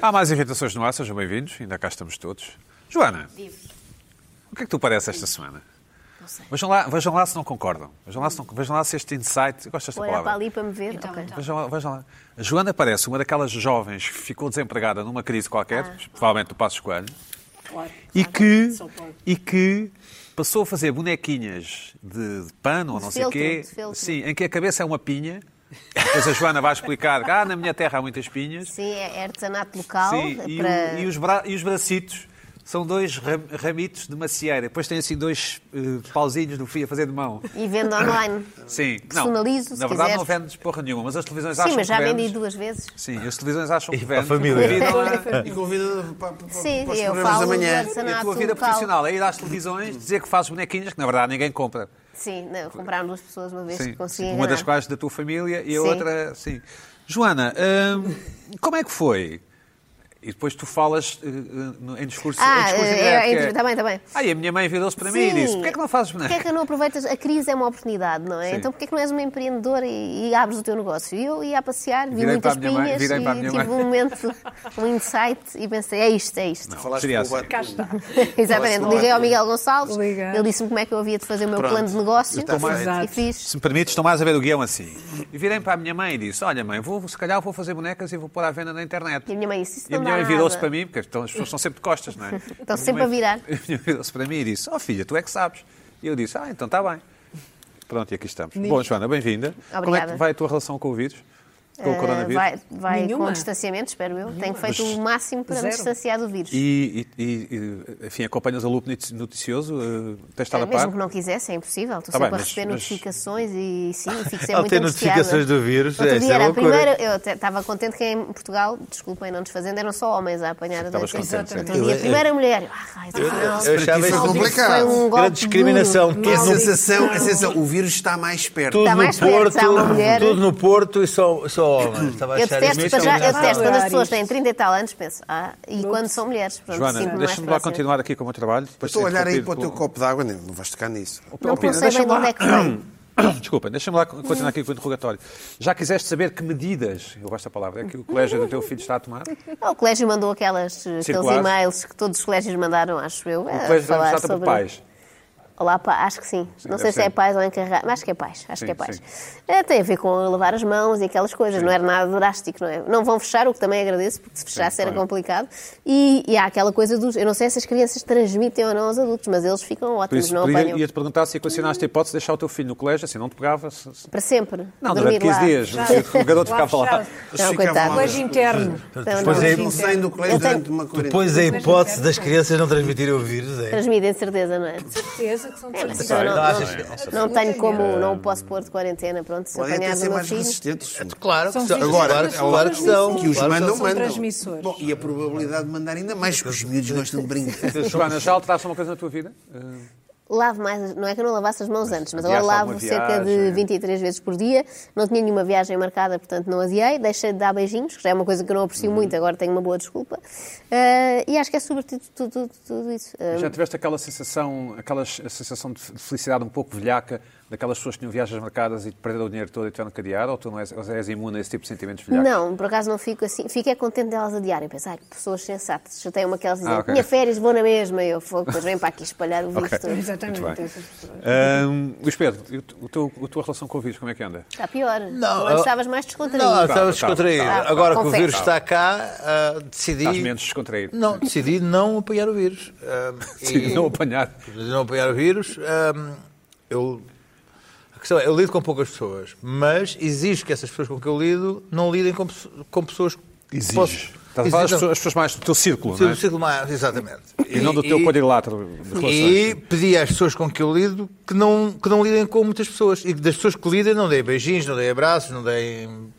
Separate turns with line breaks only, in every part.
Há mais irritações no ar, sejam bem-vindos, ainda cá estamos todos. Joana,
Vive.
o que é que tu parece esta semana?
Não sei.
Vejam lá, vejam lá se não concordam. Vejam lá se, não- vejam lá se este insight. Eu gosto desta
Vou olhar para
palavra.
ali para me ver.
Então,
Ok.
então.
Vejam lá, vejam lá. A Joana parece uma daquelas jovens que ficou desempregada numa crise qualquer, provavelmente do Passos Coelho,
Claro.
e que,
São Paulo.
e que passou a fazer bonequinhas de, de pano ou não sei o
feltro,
quê,
de feltro.
sim, em que a cabeça é uma pinha. Depois a Joana vai explicar que ah, na minha terra há muitas pinhas.
Sim, é artesanato local. eh,
Sim, e, o-
é para...
e os bra- e os bracitos são dois ram- ramitos de macieira. Depois tem assim dois eh, pauzinhos no fio a fazer de mão.
e vendo online.
Sim,
Personalizo, se
Na verdade
quiseres.
não vendes porra nenhuma, mas as televisões acham
Sim, mas já
que
vendi
vendes.
duas vezes.
Sim, as televisões acham que vendes.
família.
convidam-a-
E convida para, para,
Sim,
para os
eu
programas
falo
da
de
manhã.
E a
artesanato
tua vida
local.
profissional é ir às televisões dizer que fazes bonequinhas, que na verdade ninguém compra.
Sim, não, compraram duas pessoas uma vez
Sim,
que consegui
uma das
enganar.
quais da tua família e a
Sim.
outra, sim. Joana, hum, como é que foi? E depois tu falas eh, eh, no- em discurso,
Ah,
em discurso
eh,
direto, que
eh,
é-
tá bem, tá bem.
Ah, e a minha mãe virou-se para mim e disse, porquê é que não fazes
Porquê é
boneca?
que não aproveitas? A crise é uma oportunidade, não é?
Sim.
Então porquê é que não és uma empreendedora e, e abres o teu negócio? E eu ia a passear, vi
Virei para
muitas
a minha mãe-
pinhas
virei
e
para a minha
tive
mãe.
um momento, um insight e pensei, é isto, é isto.
Falaste
Seria
com o
assim.
Cá
Bart-
está.
Exatamente.
Falaste
Liguei ao
com o
Miguel Gonçalves,
Ligar.
ele disse-me como é que eu havia de fazer o meu
Pronto.
plano de negócio
Então
Está
e
feito.
fiz.
Se me permites, estão mais a ver o guião assim. E virei para a minha mãe e disse, olha mãe, vou, se calhar vou fazer bonecas e vou pôr à venda na internet.
E a minha mãe disse, isso
E a
não
minha
dá
mãe virou-se
nada.
para mim, porque então as pessoas estão sempre de costas, não é? Estão
sempre a
A
virar.
minha mãe virou-se para mim e disse: Oh filha, tu é que sabes. E eu disse: Ah, então está bem. Pronto, e aqui estamos. Bom, Joana, bem-vinda. Como é que
Obrigada.
vai a tua relação com o vírus? Com o
Ah,
coronavírus?
Vai, vai com
Nenhuma.
distanciamento, espero eu. Tenho feito o máximo para me
Zero.
distanciar do vírus.
E, e- e- e, enfim, acompanhas a loop noticioso? eh, Tens estado
Ah,
a par?
Mesmo que não quisesse, é impossível. Estou
Tá
sempre
bem,
a
mas-
receber
mas-
notificações e sim, fico sempre
Ao
muito
ter
angustiada.
notificações do vírus,
Outro
essa
dia
é
era a
loucura.
primeira, eu até estava contente que em Portugal, desculpem não desfazendo, eram só homens a apanhar a
Estavas
doença.
contente, sim.
Outro dia, a primeira mulher. Ah, raio, não.
Eu achava isso
Foi
é
um
complicado.
golpe
Grande
duro.
discriminação.
Mal
Que a
dito.
sensação, a sensação, o vírus está mais perto. Tudo
Está Tá mais
no
perto, está uma mulher.
Porto, tudo no Porto e só, só homens. Estava a
Eu
achar
detesto,
isto
para já, eu
inaceitável.
detesto quando as
Adorar
pessoas
isto.
têm 30 e tal anos, penso, ah, e quando são mulheres, pronto,
Joana,
sinto-me mais
deixa-me lá
próxima.
continuar aqui com o meu trabalho. depois
Estou a
tens de
olhar aí
partir
para o teu
com-
copo d'água, não não vais tocar nisso.
Não
Opina,
sei bem de
deixa-me
onde é que vem.
Desculpem, deixa-me lá continuar aqui com o interrogatório. Já quiseste saber que medidas, eu gosto da palavra, é que o colégio do teu filho está a tomar?
Ah, O colégio mandou aquelas, eh, aqueles
Circulares.
e-mails que todos os colégios mandaram, acho eu.
O colégio está
falar
a por
sobre-
pais.
Olá, pá, acho que sim. não
deve
sei se
ser.
é pais ou encarregado, mas acho que é pais. Acho
Sim,
que é pais.
sim.
Eh, tem a ver com lavar as mãos e aquelas coisas,
Sim.
não era nada drástico, não é? Não vão fechar, o que também agradeço, porque se fechasse era
claro.
complicado. E, e há aquela coisa dos. Eu não sei se as crianças transmitem ou não aos adultos, mas eles ficam
Por
ótimos,
isso,
não apanham.
ia-te perguntar se equacionaste a hipótese de deixar o teu filho no colégio, assim, não te pegava. se- se-
Para sempre.
Não,
dormir
durante 15
lá.
dias. O garoto
Lá
ficava lá.
fechado.
Eles
Não,
ficavam
coitado.
lá.
Pois
Hoje interno.
Então,
Pois é,
não.
não saem do colégio
Eu tenho-
durante uma quarentena.
Pois
Depois
a
a
hipótese
hipótese
das
das crianças não transmitirem o vírus é.
Transmitem certeza, não é?
Certeza que são
É, mas
todos.
eu não,
não
não,
achas que-
não tenho como, não o posso pôr de quarentena, pronto, se
Podem
apanhar
até
do
ser
meu
mais
filho.
resistentes. Claro
São
são.
vírus
Agora,
que são
claro que são.
transmissores.
Que os
Claro que
mandam,
são
mandam.
transmissores.
Bom, e a probabilidade de mandar ainda mais, porque os miúdos gostam de brincar.
Joana, já alteraste uma coisa na tua vida? Eh,
Lavo mais, não é que eu não lavasse as mãos antes, mas agora
adiaste
lavo
alguma
cerca de
viagem?
23 vezes por dia. Não tinha nenhuma viagem marcada, portanto não adiei. Deixei de dar beijinhos, que já é uma coisa que eu não
Uhum.
aprecio muito, agora tenho uma boa desculpa. Ah, e acho que é sobretudo tudo, tudo, tudo isso. Ah,
Já tiveste aquela sensação, aquela sensação de felicidade um pouco velhaca, daquelas pessoas que tinham viagens marcadas e te perderam o dinheiro todo e tiveram que adiar? Ou tu não és, ou és imune a esse tipo de sentimentos velhacos?
Não, por acaso não fico assim. Fico é contente delas adiarem. Pensar que pessoas sensatas. Já tem uma que elas dizem:
Ah, ok.
Minha férias, vou na mesma. Eu fogo, depois vem para aqui espalhar o vírus
Ok.
todo.
Exatamente.
Muito bem.
essas pessoas.
Hum, Luís Pedro, e o, teu- o teu- a tua relação com o vírus, como é que anda?
Está pior.
Não,
Antes
eu-
estavas mais descontraído.
Não,
Estava,
estava
estava,
descontraído.
estava.
Agora que o
Confesso.
vírus está cá, ah, decidi.
Estás menos descontraído.
Não, decidi não apanhar o vírus. Ah,
Sim,
e-
não apanhar.
Mas eu não apanhar o vírus, hum, eu, a questão é, eu lido com poucas pessoas, mas exijo que essas pessoas com que eu lido não lidem com, pesso- com pessoas que
Exiges. Estás a falar das
Exigem.
pessoas- as pessoas mais do teu círculo,
Sim,
não é?
do círculo um mais, exatamente.
E não do teu quadrilátero de relações.
E pedi às pessoas com que eu lido que não, que não lidem com muitas pessoas. E que das pessoas que lidem não deem beijinhos, não deem abraços, não deem...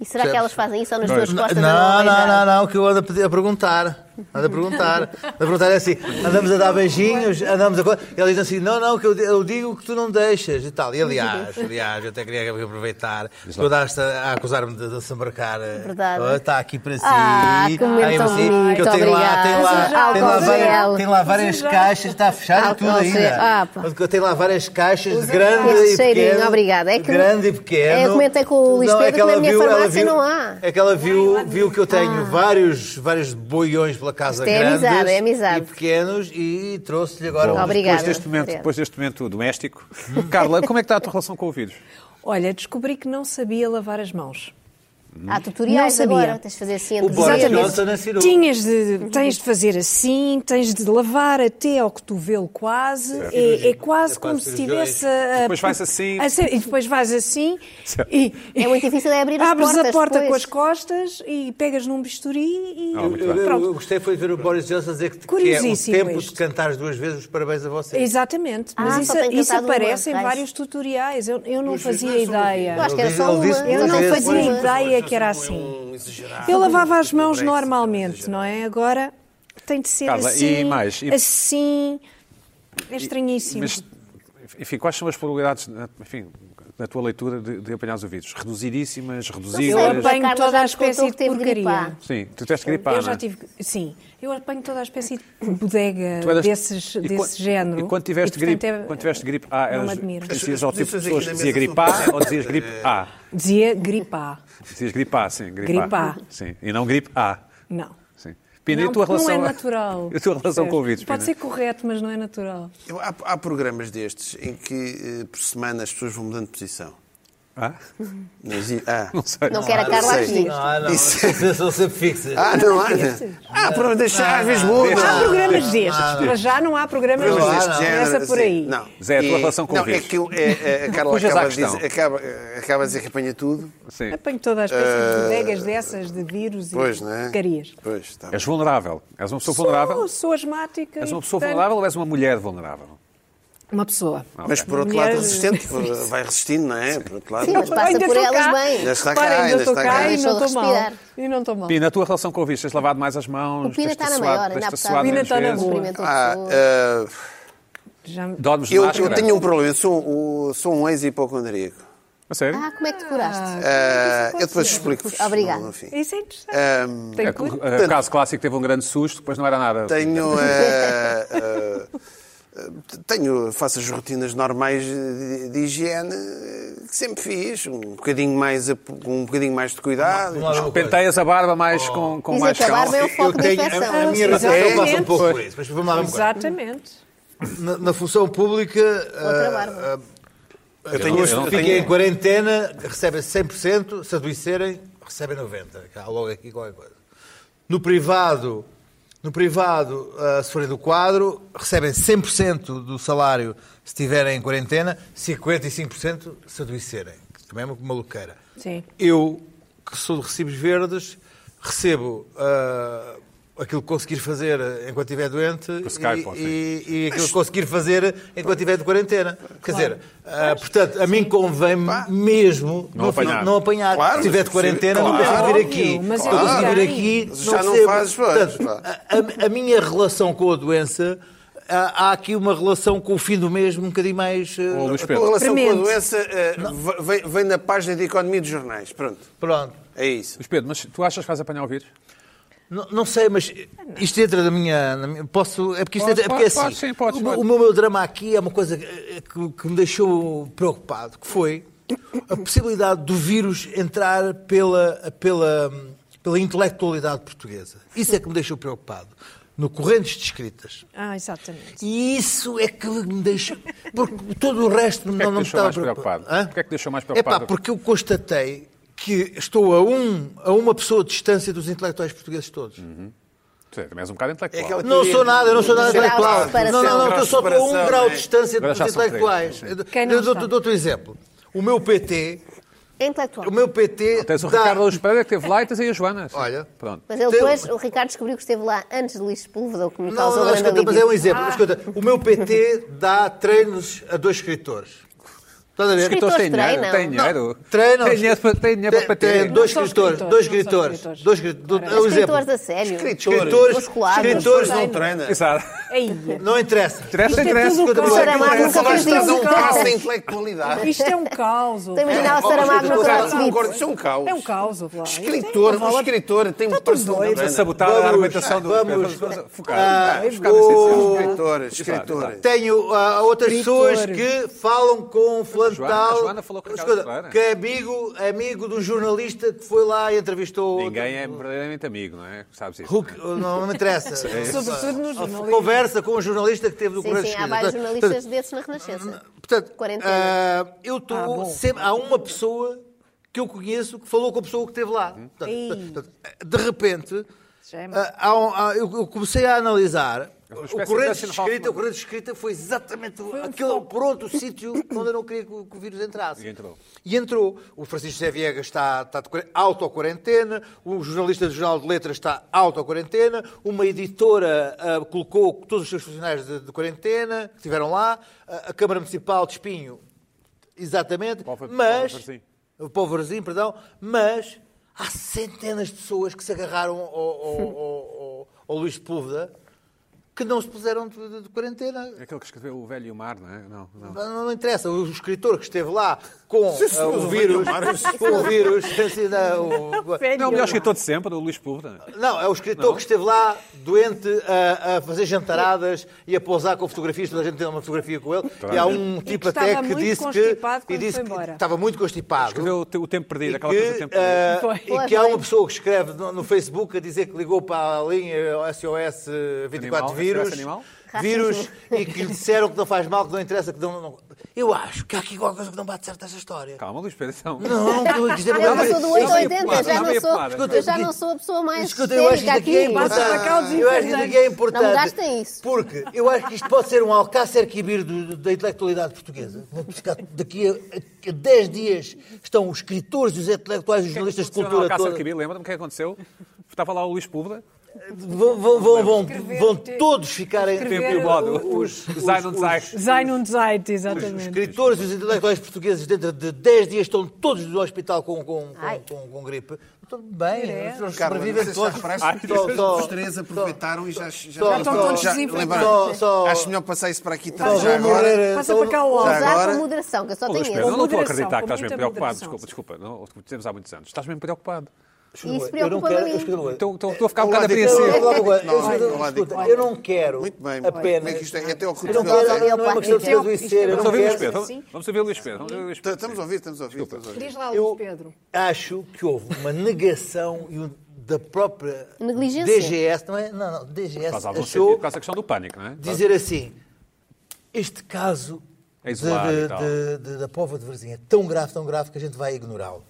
E será que elas fazem isso ou nas
Pois.
duas
Não,
costas?
não,
andam a
não,
beijar?
não, não, que eu ando a, pedir- a perguntar. Anda a perguntar. Anda a perguntar é assim, andamos a dar beijinhos, andamos a... co- Ele diz assim, não, não, que eu, di- eu digo que tu não deixas e tal. E aliás, aliás, eu até queria aproveitar, tu andaste a a acusar-me de, de se embarcar.
Verdade.
Oh, Está aqui para si.
Ah, que momento
Aí,
tão
assim,
bonito,
que eu tenho lá, tenho lá,
obrigada.
tenho lá
Álcool gel.
várias, tenho lá várias caixas, está fechado e
Álcool
tudo ainda.
gel. Ah, pá.
Mas que eu tenho lá várias caixas de grande
Esse
e
cheirinho,
pequeno.
obrigada. É que-
grande e pequeno.
Eu comentei com o Luís
Não, é
Pedro que
ela
na minha
viu- ela
farmácia
viu-
não há.
é que ela viu, viu que eu tenho vários, vários boiões pela casa
Ah. Isto é
grandes
amizade, é amizade.
e pequenos e trouxe-lhe agora
Bom.
um
Obrigada.
Depois deste momento,
Obrigada.
depois deste momento doméstico.
Uhum.
Carla, como é que está a tua relação com o vírus?
Olha, descobri que não sabia lavar as mãos.
Há tutoriais
Não sabia.
agora, tens de fazer assim
O
entre os
Boris
dedos.
Exatamente.
Johnson ensinou.
Tinhas de, tens de fazer assim, tens de lavar até ao cotovelo quase. É, é quase
É quase
como se
cirurgia.
estivesse a, a-
Depois vais assim.
a ser- e depois vais assim.
Certo.
E,
É muito difícil é abrir as
abres
portas
a porta
depois.
com as costas e pegas num bisturi e
Ah, muito
Eu, eu-
pronto.
eu gostei foi de ver o Boris Johnson dizer que, que é o
Curiosíssimo
tempo de
isto.
cantar duas vezes os parabéns a vocês.
Exatamente,
Ah,
mas
só
isso,
tem que
isso
cantar duas,
aparece em
faz.
vários tutoriais. Eu, eu não
Duas vezes
fazia
não é só uma vez.
ideia.
Eu acho que era
Ele
só
disse-
uma.
ele disse
Eu não
é duas é vezes.
fazia
Pois,
ideia que era assim. Eu lavava as mããos normalmente, não é? Agora tem de ser
Carla,
assim,
e mais? E-
assim. É estranhíssimo.
Mas, enfim, quais são as probabilidades, na- enfim, na tua leitura, de, de apanhares o vírus? Reduzidíssimas,
Não
reduzidas?
sei,
Eu
mas a
apanho
Carla
toda
já
a
nos contou
espécie
que teve
de porcaria.
gripe
Sim, tu tiveste gripar,
eu já
não é?
tive, sim, eu apanho toda a espécie de bodega
Tu eras-
desses,
e
desse
quan-
género.
E quando tiveste,
E, portanto,
gripe,
é-
quando tiveste gripe A,
não me
eras,
admiro.
pertencias ao
As
tipo de
pessoas aqui
pessoas
na
que
mesa
dizia
são
gripe A
assim.
todas-
ou dizias gripe A?
Dizia gripar.
Dizias gripe A, sim, gripe,
Gripe A.
Sim, e não gripe A.
Não.
Sim. Pina, e
não,
a tua
porque não
relação...
é natural.
E a tua relação com o vírus,
Percebes? Pode
Pina?
ser correto, mas não é natural.
Eu- há, há programas destes em que eh, por semana as pessoas vão mudando de posição.
Ah?
Mas e- ah.
Não sei.
Não quero a Carla
sei.
às dias.
Não, ah, não, as são sempre fixas.
Ah, não há. Ah, para deixar, às vezes muda.
Há programas destes. Para já não há programas
Programas
destes.
deste género,
Começa por
assim.
aí.
Não.
Zé, a tua
E-
relação com o
não,
vírus.
É que eu- é- é- a Carla
Pujas à
acaba de,
questão.
dizer, acaba, acaba de dizer que apanha tudo.
Sim.
Apanho toda a espécie de bodegas dessas, de vírus
Eh, Pois,
e
não é?
porcarias.
Pois, está. bem.
És vulnerável. És uma pessoa
Sou,
vulnerável?
sou asmática.
És
e,
uma pessoa
portanto,
vulnerável ou és uma mulher vulnerável?
Uma pessoa.
Mas por outro
Mulher-
lado, resistente, por- vai resistindo, não é? Por outro lado,
Sim, mas passa
Ainda
por
estou
elas
cá.
bem.
Ainda está cá,
Reparem,
ainda
estou
está cá.
cá e
Deixou
não
de
estou mal.
respirar.
E não estou mal.
Pina, a tua relação com o vírus? Tens lavado mais as mãos?
O Pina
Tens-te
está na
suado-
maior, ainda há
tens-te
bocado.
suado
Pina
menos
está na
vezes?
boa.
Cumprimentou
Ah,
pessoas.
ah,
Já...
Dormes de
eu, eu
máscara?
tenho um problema, eu sou, um- sou um ex-hipocondríaco.
A sério?
Ah, como é que te curaste?
Ah, eu depois explico.
Obrigada.
Isso é interessante.
Um,
Tem
É,
cura?
o- é, o caso clássico teve um grande susto, depois não era nada.
Tenho. eh, eh, eh, tenho. Faço as rotinas normais de, de higiene eh, que sempre fiz. Um bocadinho mais, a- com um bocadinho mais de cuidado.
Vamos lá ver uma coisa.
Penteias a barba
Oh.
mais com, com
Dizem
mais
que a
calma.
barba é o foco da infecção.
a, a minha relação
Exatamente.
passa um pouco por isso. Mas vamos lá ver uma coisa.
Exatamente.
Na, na função pública,
Outra
ah,
barba.
as
tenho-
pessoas
eu não
que fiquem
tenho-
em quarentena recebem 100%, se adoecerem, recebem 90%. que Há logo aqui qualquer coisa. No privado, no privado ah, se forem do quadro, recebem 100% do salário se estiverem em quarentena, 55% se adoecerem. que Também é uma maluqueira.
Sim.
Eu, que sou de recibos verdes, recebo ah, aquilo que conseguir fazer enquanto estiver doente
Skype,
e-
ou assim.
e, e aquilo que conseguir fazer enquanto estiver de quarentena. Quer dizer, ah, portanto, a mim convém-me mesmo
Não
no fim-
apanhar.
não apanhar.
Claro,
se estiver
mas
de quarentena,
possível.
não consigo
Claro.
vir aqui.
Óbvio, mas
não
é
consigo
claro.
vir aqui.
Mas já não
percebo.
fazes, pois, pá.
Portanto, a, a minha relação com a doença, ah, há aqui uma relação com o fim do mês um bocadinho mais... ah,
Ou Luís
A tua
Pedro.
relação com a
Premente.
doença eh, ve- vem, vem na página de economia dos jornais. Pronto.
pronto.
É isso.
Luís Pedro, mas tu achas que vais apanhar o vírus?
Não, não sei, mas isto entra na minha. na minha- posso. É porque isto
Pode,
entra, é porque é
pode,
assim.
pode, sim, pode,
o,
pode.
o meu, meu drama aqui é uma coisa que, que me deixou preocupado, que foi a possibilidade do vírus entrar pela, pela, pela intelectualidade portuguesa. Isso é que me deixou preocupado. No correntes de escritas.
Ah, exatamente.
E isso é que me deixou. Porque todo o resto
Porquê é que
não, não me
deixou
estava
mais preocupado?
Hã?
Porquê é que deixou mais
É
preocupado?
pá, porque eu constatei que estou a, um, a uma pessoa de distância dos intelectuais portugueses todos.
Tu também és um bocado intelectual.
É aquela
Não sou nada, eu não sou nada
Grau de
intelectual.
separação.
Não, não, não, eu só estou a
Separação,
um grau
né?
de distância
Agora
dos
já são três,
intelectuais.
Quem não
Eu dou-
está?
Dou-te um exemplo. O meu PT,
É intelectual.
o meu PT
Tens o
dá-
Ricardo Luz Pereira que esteve lá e tens aí a Joana. sim.
Olha.
Pronto.
Mas ele
Tem-
depois, o Ricardo descobriu que esteve lá antes de Luís Sepúlveda, o que me
tá
Não,
causou
não,
grande
Ah.
escuta,
alívio.
mas é um exemplo. Escuta, o meu PT dá treinos a dois escritores. Estás a ver?
Escritores
Escritores têm dinheiro,
treinam.
têm dinheiro.
Treinam.
Têm dinheiro para, têm dinheiro
Tem,
para
tem
ter.
dois
Não são
escritores,
escritores,
dois
não são
escritores,
escritores.
dois
Ora,
escritores. É um exemplo.
Escritores a sério.
Escritores,
Musculados.
escritores não
Não
treinam.
treina.
Exato.
Aí, é.
Não interessa.
Interessa,
Isto é
interessa.
tudo o
Escritores
caos.
não
Saramago
interessam.
nunca fez
Mas estás a um
isso.
passo da intelectualidade.
Isto é um caos.
Estou a imaginar o Saramago no
Não,
Carlos
não concordo,
Smith.
Isso é um caos.
É um caos, Vlad.
Escritor,
Isto é uma
um
bola-
escritor tem
Está
uma
tudo
parcela
doido.
A sabotar
Vamos,
a argumentação do...
vamos. Ah, é
Focar. Vamos focar
o-
nesse assunto.
É um Escritor, escritor.
Tenho ah, outras
Escritor.
pessoas que falam com
Joana-
o
a
Flantal.
Joana falou com a Carla Ferreira.
que é amigo, é amigo do jornalista que foi lá e entrevistou.
Ninguém é verdadeiramente amigo, não é? Sabes isso?
Who- não me interessa.
Sobretudo nos jornalistas.
Conversa com o jornalista que teve do
Sim,
Correio
sim,
de
há
Esquerda.
vários
Portanto,
jornalistas desses na Renascença.
Portanto,
Quarentena.
ah, eu estou
Ah, bom.
sempre. Há uma pessoa que eu conheço que falou com a pessoa que esteve lá.
Uhum.
Portanto,
Ei.
portanto, de repente,
Já é
ah, há um- há- eu eu comecei a analisar.
uma
O
espécie de
corrente de
Dustin
escrita,
Hoffman.
o corrente de escrita foi exatamente aquele, pronto, o sítio onde eu não queria que o, que o vírus entrasse.
E entrou.
E entrou. O Francisco José Viega está, está de quaren- auto-quarentena, o jornalista do Jornal de Letras está auto-quarentena, uma editora ah, colocou todos os seus funcionários de, de quarentena, que estiveram lá, ah, a, a Câmara Municipal de Espinho, exatamente,
Qual foi-
mas...
qual foi o Varzim?
o Povozinho, perdão, mas há centenas de pessoas que se agarraram ao, ao, ao- ao- ao Luís Sepúlveda que não se puseram de, de- de quarentena.
É Aquele que escreveu O Velho e o Mar, não é? Não, não.
Não, não interessa, o escritor que esteve lá com
Sim,
ah,
sim,
o vírus,
sim.
com o vírus, tem sido, ah, o-
Não, é o melhor escritor de sempre, o Luís Público.
não, é o escritor que esteve lá doente a, a fazer jantaradas e a pousar com fotografias, toda a gente tem uma fotografia com ele. E há um
que
tipo
estava
até que
muito
disse
constipado
que, e
quando
disse
foi
que
embora.
estava muito constipado.
Escreveu o te- o Tempo Perdido,
E
aquela
que,
coisa do Tempo Perdido.
ah,
Foi.
e que há uma pessoa que escreve no, no Facebook a dizer que ligou para a linha SOS 24
Animal,
vírus,
SOS animal?
vírus e que lhe disseram que não faz mal, que não interessa, que não, não- Eu acho que há aqui qualquer coisa que não bate certo nesta história.
Calma, Luís Pedro. então. Não,
Não, não estou a dizer
Eu já sou
Não
do 8 ou
meia
80,
é
porrada,
já
não
não
meia
sou,
porrada.
eu já não sou a pessoa mais
Escuta, eu acho que
histérica
isto aqui é
aqui.
Passa para cá o
importante. Eu acho que isto aqui é importante.
Não gastem isso.
Porque eu acho que isto pode ser um alcácer quibir do- do- da intelectualidade portuguesa. Vou buscar- Daqui a, a 10 dias estão os escritores, os intelectuais, os jornalistas de cultura toda.
Lembra-me o que aconteceu? Estava lá o Luís Público.
Vão, vão, vão, vão,
Escrever,
vão
ter-
todos ficarem...
Tempo e o
Escrever
modo.
os- os-
Design on design.
Design und Zeit,
Os
exatamente.
escritores e os intelectuais portugueses dentro de 10 dias estão todos no hospital com, com,
Ai.
com, com, com gripe. Tudo bem, eles
Carla, não
sobrevivem
sei se já
todos.
reparaste que
Só- só-
os três aproveitaram e já...
só-
estão todos
já-
desinfetados.
lembraram.
Só- só-
Acho melhor passar isso para aqui
só
também já
vou
agora.
morrer,
Passa
só-
para cá o
Já
álbum.
Usar
agora-
com moderação, que eu só
Oh, Luís
tenho
Pedro,
Com
não
esse.
estou a
moderação,
acreditar que
com
estás mesmo
muita
preocupado.
moderação.
Desculpa, desculpa. Não, o que dizemos há muitos anos. Estás mesmo preocupado.
E Isso
Eu não
preocupa-me a
quero...
mim.
eu escrevo agora.
Então então estou a ficar um
Olá,
bocado
Dick.
Eu- eu-
apreensivo.
eu- eu-
Não,
eu-
não há
escuta,
dica.
Eu não quero
Muito bem, muito bem.
apenas...
Como é que isto é? Até ao
Eu não
cotovelo.
quero, não é uma questão de
Até ao-
adoecer. Eu
Vamos
não assim?
ouvir o Luís
quero...
Pedro.
Sim.
Vamos ouvir o Luís Pedro. Vamos ouvir o Luís Pedro.
Estamos a ouvir, estamos a ouvir. estamos a ouvir.
Diz lá,
Eu-
Luís Pedro.
acho que houve uma negação e um- da própria
Negligência.
DGS, não é? Não, não, DGS
Faz algum sentido
achou
por causa da questão do pânico, não é?
dizer assim, este caso
É
de-
isolado e
de-
tal.
de- de- da pova de Varzim é tão grave, tão grave que a gente vai ignorá-lo.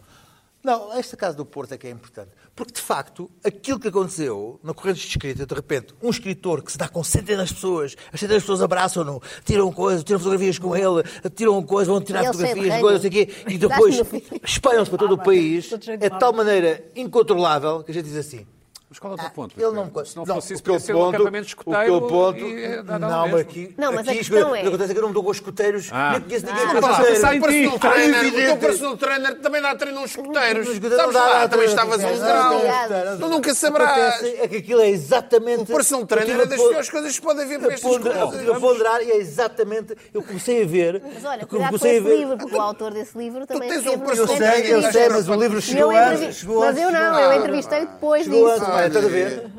Não, este caso do Porto é que é importante. Porque, de facto, aquilo que aconteceu na corrente de escrita, de repente, um escritor que se dá com centenas de pessoas, as centenas de pessoas abraçam-no, tiram coisas, tiram fotografias com ele, tiram coisas, vão tirar
Ele cheio de
fotografias,
reino.
coisas, não sei o quê, e depois
Dás-me no fim. Ah,
espalham-se para todo o país,
todo cheio de
é de tal
mal.
maneira incontrolável que a gente diz assim.
Mas qual é o teu
Ah,
ponto?
ele
Luís
não
Pedro?
me conta.
Se não
Não,
fosse isso,
o teu
podia ser um
ponto-
acampamento escuteiro.
O teu ponto.
e, eh, dá- dá o
Não,
mesmo.
mas aqui.
Não, mas a
aqui,
questão é-
escuta, O que acontece é que eu não estou com os escuteiros.
Ah.
Nem conheço ninguém
Ah,
com
estava a
escuteiros.
pensar em
O personal
ti.
trainer, um o teu
evidente.
personal trainer também dá treino uns escuteiros.
Mas,
Sabes
não dá
lá,
nada,
também
não
estavas a
tem
um
nada,
grau.
não tem
grau.
nada.
Tu nunca saberás.
Acontece É que aquilo é exatamente.
O personal trainer
Eu
é
tive
das
a pon-
piores coisas que pode haver para
a
estas
ponder- eu
coisas.
tive a ponderar e é exatamente. Eu comecei a ver.
Mas olha,
eu
cuidado com
comecei a
esse
ver-
livro, porque o autor desse livro também
tens um
escreve
personal
Eu
bastante
sei, eu
Mas
sei,
era-
mas o livro
E eu
chegou antes.
entrevist-
chegou
Mas
antes,
eu
chegou
não,
antes.
eu entrevistei depois
Chegou
disso.
antes, olha, estás a ver?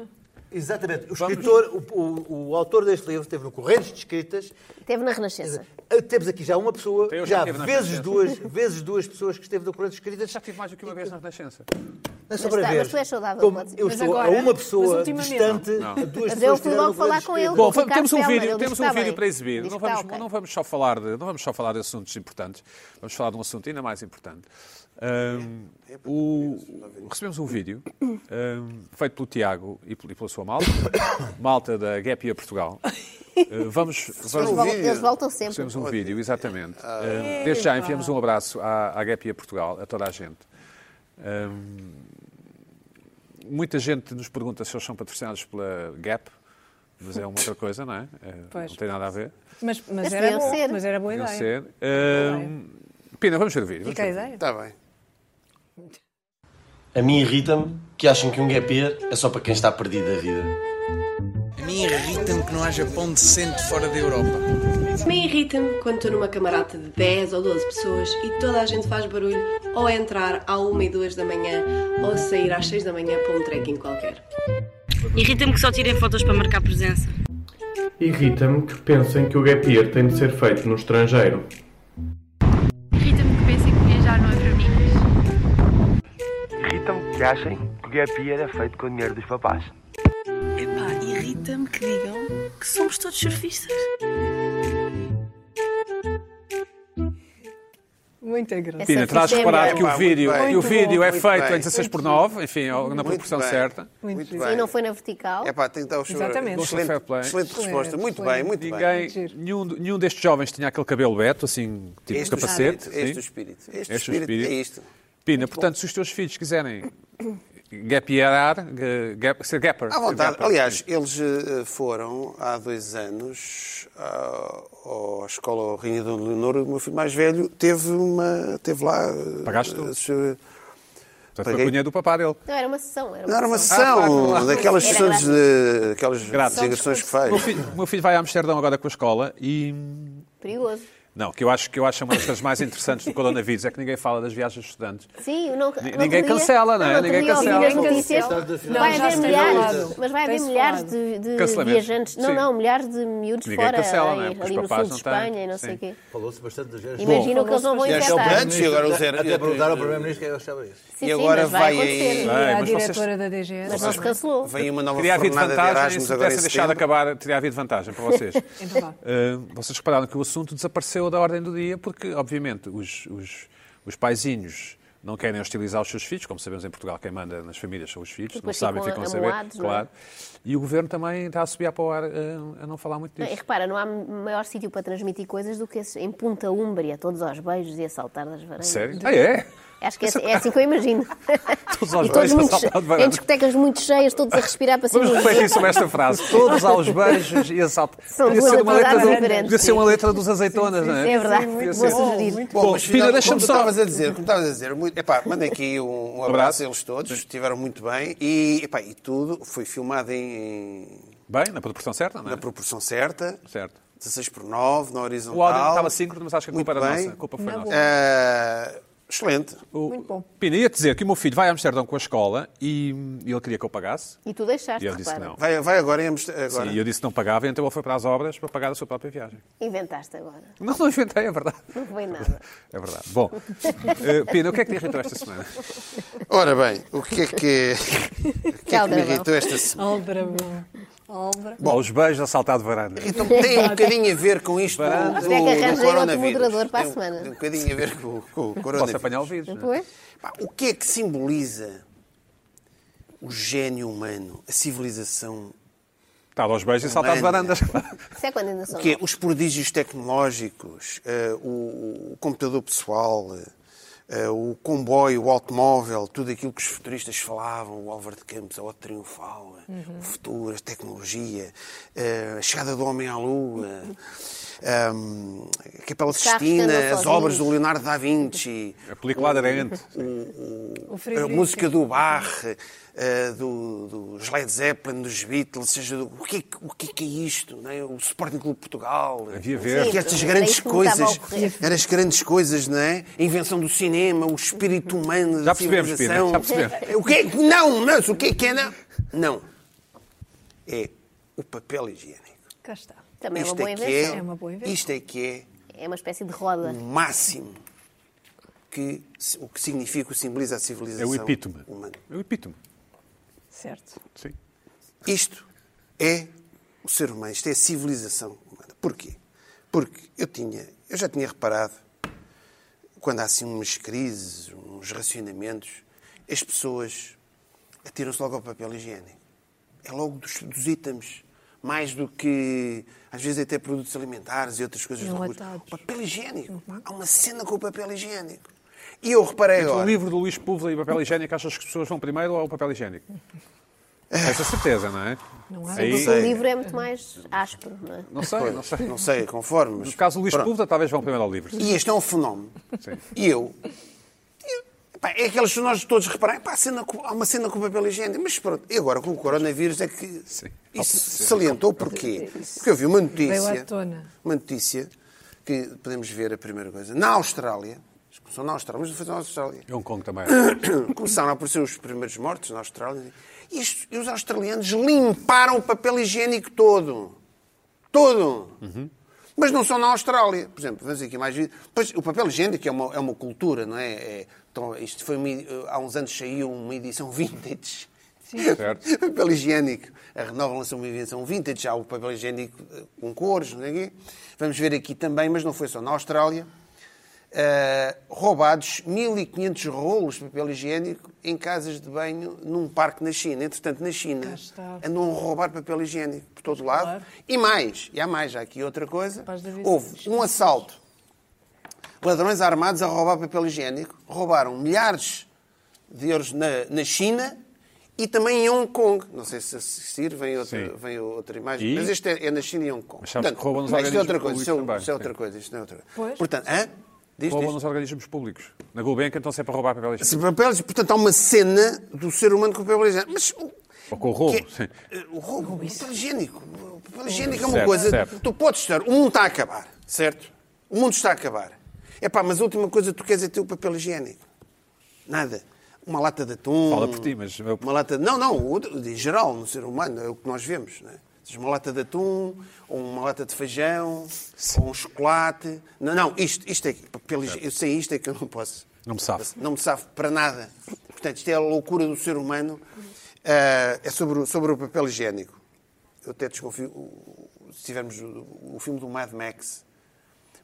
Exatamente. O escritor, o, o- o autor deste livro, esteve no Correntes de Escritas.
Teve na Renascença.
Eh, Temos aqui já uma pessoa,
um
Eu já
já
estive na
vezes
Renascença.
duas, vezes duas pessoas que esteve no Correntes de Escritas.
Já tive mais do que uma vez na Renascença.
Não é só
Mas
para
tá,
ver.
mas tu és saudável,
Como
pode ser.
eu
Mas
estou
agora?
a uma
Mas
pessoa
ultimamente?
distante de duas
Mas
pessoas.
eu
que
fui
estiveram
logo
no
falar
Correntes
com ele.
de
Bom,
Ricardo
temos um
Felmer,
vídeo,
ele
temos
está
um vídeo
bem.
para exibir.
Diz
Não
que está
vamos,
ok.
não vamos só falar de, não vamos só falar de assuntos importantes. Vamos falar de um assunto ainda mais importante. Ahm, o- recebemos um vídeo ahm, feito pelo Tiago e pel- e pela sua malta, malta da Gap Year Portugal. Ah, vamos,
Eles
vamos
um
vol-
vídeo.
Eles voltam sempre.
Recebemos um vídeo, exatamente.
Ah.
Um, desde já enviamos um abraço à, à Gapia Portugal, a toda a gente. Um, muita gente nos pergunta se eles são patrocinados pela Gap, mas é uma outra coisa, não é? Uh,
Pois.
não tem nada a ver.
Mas, mas
Mas
era
deviam
bom,
ser.
mas era boa
Não
ideia.
ser. Um, Pina, vamos servir. Vamos
Fica a
servir.
ideia.
Está Tá bem.
A mim irrita-me que acham que um gap year é só para quem está perdido da vida.
A mim irrita-me que não haja pão decente fora da Europa.
Me irrita-me quando estou numa camarada de 10 ou 12 pessoas e toda a gente faz barulho ou a entrar à 1 e 2 da manhã ou a sair às 6 da manhã para um trekking qualquer.
Irrita-me que só tirem fotos para marcar presença.
Irrita-me que pensem que o gap year tem de ser feito no estrangeiro.
Irrita-me que pensem que viajar não é para mim.
Irrita-me que achem que o gap year é feito com o dinheiro dos papás.
Epá, irrita-me que digam que somos todos surfistas.
Muito agradável.
Essa
Pina, terás
ficha é
reparado
melhor.
que o
Muito
vídeo,
bem.
é, o
Muito
vídeo
bom,
é
muito
feito
bem.
em 16 por 9, enfim, na proporção
bem.
certa.
Muito
Sim,
bem.
E não foi na vertical.
É pá, tem que dar o show.
Exatamente.
Bom fair
Excelente,
play.
excelente resposta. Muito
Excelente.
bem, muito bem.
Ninguém,
Muito giro.
nenhum, nenhum destes jovens tinha aquele cabelo beto, assim, tipo
Este o
capacete.
espírito,
sim.
Este o espírito. Este
Este
o
o
espírito
espírito.
é isto.
Pina, portanto, se os teus filhos quiserem gapierar, gap, ser gapper.
À vontade.
gapper,
Aliás, eles eh, foram há dois anos eh, à, à escola Rainha Dona Leonor. O meu filho mais velho teve, uma, teve lá. eh,
Pagaste tu?
eh, se-
portanto, foi
paguei.
o dinheiro do papá dele.
Não, era uma sessão. Era uma
Não era uma
sessão.
sessão daquelas
Ah, Era
sessões de. aquelas
Grátis.
desingrações que
O meu
faz.
filho, o meu filho vai a Amsterdão agora com a escola e.
Perigoso.
Não, que eu acho que eu acho uma das coisas mais interessantes do coronavírus é que ninguém fala das viagens de estudantes.
Sim, não,
Ninguém cancela, não é? Ninguém cancela.
Ninguém cancela.
Não,
Vai
já
haver
se tem
milhares,
falado.
mas vai haver
Tem-se
milhares
falado.
de, de
Cancelamento.
viajantes. Não,
Sim.
não, milhares de miúdos
Ninguém
fora,
cancela, não é?
ali,
Porque os
ali no sul
papás
de
não têm.
Espanha e não sei
Sim.
o quê.
Falou-se bastante das gentes.
Imagina o que eles não vão
E acho que é o
infectar.
Brandes, e agora os er-
Até perguntaram ao Primeiro-Ministro o que é que ele achava disso.
Sim,
E
sim,
agora
mas
vai
vai
aí-
Bem,
acontecer.
a
mas
diretora da DGS.
Mas não se cancelou.
Vem uma nova
Teria havido
fornada de
vantagem
Erasmus
se
agora em
tivessem deixado
setembro.
acabar, teria havido vantagem para vocês.
Então vá.
Uh, vocês repararam que o assunto desapareceu da ordem do dia porque, obviamente, os, os, os paizinhos não querem hostilizar os seus filhos, como sabemos em Portugal quem manda nas famílias são os filhos, não
Depois
sabem, ficam
ficam
a saber,
amuados, não é?
claro. E o governo também está a subir para o ar uh, a não falar muito
Não, é e
disso.
repara, não há maior sítio para transmitir coisas do que esses, em Punta Úmbria, todos aos beijos e a saltar das varandas.
Sério? Ah, é?
Acho que é, assim- é assim que eu imagino.
Todos aos
e todos
beijos a
muito
saltar de
che-
varanda.
em discotecas muito cheias, todos a respirar para cima.
Vamos refletir sobre esta frase. Todos aos beijos e assalto.
São
Podia
duas
ser, uma letra,
atividades
do-
diferentes,
podia ser
sim.
uma letra dos azeitonas, não é?
É verdade,
Podia
muito
ser.
boa sugerir.
Bom, mas
Pina,
final,
deixa-me
como tu
só-
estavas a dizer, como estavas a dizer, muito, epá, mandei aqui um, um abraço
abraço.
a eles todos, estiveram muito bem e, epá, e tudo foi filmado em,
Bem, na proporção certa, não
na
é?
proporção certa,
Certo.
16 por 9, na horizontal.
O áudio não estava assim, síncrono, mas acho que a culpa
Muito
era
bem.
nossa. A culpa foi nossa.
Ah, excelente.
O-
Muito bom.
Pina, ia dizer que o meu filho vai a Amsterdão com a escola e hum, ele queria que eu pagasse.
E tu deixaste,
E ele disse que
repara.
não.
Vai, vai agora em Amster- agora.
Sim, e eu disse que não pagava, então ele foi para as obras para pagar a sua própria viagem.
Inventaste agora.
Não, não inventei, é verdade.
Não foi nada.
É verdade. Bom, eh, Pina, o que é que te irritou esta semana?
Ora bem, o que é que, o que, é que me
Caldeirão.
irritou esta semana?
Aldrabão. Albra.
Bom, os beijos a saltar de varanda.
Então, tem um bocadinho a ver com isto do,
Varanda.
do,
Tem que arranjar
do
outro
coronavírus.
moderador para a
Tem um-
semana.
Tem um bocadinho a ver com, com o coronavírus.
Posso apanhar ouvidos, não é?
Depois?
Pá, O que é que simboliza o gênio humano, a civilização?
Estava aos beijos e saltar de
Varanda.
varandas.
Isso é quando ainda são.
O que é? Os prodígios tecnológicos, eh, o, o computador pessoal, eh, eh, o comboio, o automóvel, tudo aquilo que os futuristas falavam, o Álvaro de Campos, a Ode Triunfal, eh,
Uhum.
o futuro, a tecnologia, eh, a chegada do homem à Lua, ehm, a Capela
carros que andam
Sistina, as
sozinhos. Uhum.
obras do Leonardo da Vinci,
A película aderente.
O
a
Frederico.
música do Bach, eh, do, dos Led Zeppelin, dos Beatles, seja, do- o que, é que- o que é que é isto? não é? O Sporting Clube de Portugal.
Havia verde.
Que estas
Sim, era
grandes
isso que me estava a
coisas,
ocorrer.
eram as grandes coisas, não é? A invenção do cinema, o espírito humano,
Já
da
percebemos,
civilização.
Pina, já percebemos.
O que é que- não, não, o que é que é não? Não. É o papel higiênico.
Cá está.
Também é uma
Isto
boa
é que
invenção.
é,
É uma boa invenção.
isto é que é
É uma espécie de roda.
o máximo que o que significa, o que simboliza a
É
civilização
o epítome.
humana.
É o epítome.
Certo.
Sim.
Isto é o ser humano, isto é a civilização humana. Porquê? Porque eu tinha, eu já tinha reparado, quando há assim umas crises, uns racionamentos, as pessoas atiram-se logo ao papel higiênico. É logo dos, dos itens. Mais do que, às vezes, até produtos alimentares e outras coisas. de recurso.
Enlatados.
Papel higiênico. Há uma cena com o papel higiênico. E eu reparei
O
agora.
livro do Luís Púvula e o papel higiênico, achas que as pessoas vão primeiro ou o papel higiênico? Tens a certeza, não é?
Não
há.
Porque o livro é muito mais áspero, não é?
Não sei,
Pois,
não sei.
não sei, conforme. mas-
No caso do Luís
Pronto.
Púlveda, talvez vão primeiro ao livro.
E este é um fenómeno.
Sim.
E eu. eu- pá, é aqueles que nós todos reparamos. Pá, a cena com- há uma cena com papel higiênico. Mas pronto, e agora com o coronavírus é que. Isso salientou porquê? Porque eu vi uma
Veio à
notícia.
tona.
Uma notícia que podemos ver a primeira coisa. Na Austrália. Começou na Austrália, mas não foi na Austrália.
Hong um Kong também.
Começaram a aparecer os primeiros mortos na Austrália. E, os- e os australianos limparam o papel higiênico todo. Todo. Mas não só na Austrália. Por exemplo, vamos aqui mais vídeo. Pois, o papel higiênico é uma, é uma cultura, não é? É- então, isto foi uma edi- há uns anos saiu uma edição vintage.
Certo.
papel higiênico. A Renova lançou uma invenção vintage, já o papel higiênico eh, com cores, não sei o quê. Vamos ver aqui também, mas não foi só na Austrália. Eh, roubados 1.500 rolos de papel higiênico em casas de banho num parque na China. Entretanto, na China
Cá está.
andam a roubar papel higiênico por todo lado.
Claro.
E mais, e há mais, há aqui outra coisa.
Capaz de haver
Houve um assalto. Ladrões armados a roubar papel higiênico roubaram milhares de euros na, na China e também em Hong Kong. Não sei se assistir, vem
Sim.
outra, vem outra imagem.
E?
Mas este é, é na China e Hong Kong.
Mas sabes que roubam nos
isto é outra
organismos
coisa. Isto
públicos também,
é, isto é outra
sim.
coisa. Isto é outra coisa.
Pois.
Portanto, hã? Diz,
Roubam
diz.
nos organismos públicos. Na Gulbenkian estão sempre a roubar papel
Se
higiênico.
papéis, portanto, há uma cena do ser humano com o papel higiênico. Mas o-
Ou com o roubo,
Assim, que- é? Eh,
sim.
o roubo, o papel higiênico. O papel higiênico é uma
Certo,
coisa.
certo.
Tu podes estar. O mundo está a acabar, certo? O mundo está a acabar. É pá, mas a última coisa que tu queres é ter o papel higiênico. Nada. Uma lata de atum.
Fala por ti, mas eu-
Uma lata. Não, não, o- em geral, no ser humano, é o que nós vemos, não é? Ou seja, Uma lata de atum, ou uma lata de feijão, ou um chocolate. Não, não, isto, isto é. que- Papel higiênico, eu sei isto é que eu não posso.
Não me safo.
Não me safo para nada. Portanto, isto é a loucura do ser humano. Ah, é sobre, o- sobre o papel higiênico. Eu até desconfio. o- o- Se tivermos o, o filme do Mad Max,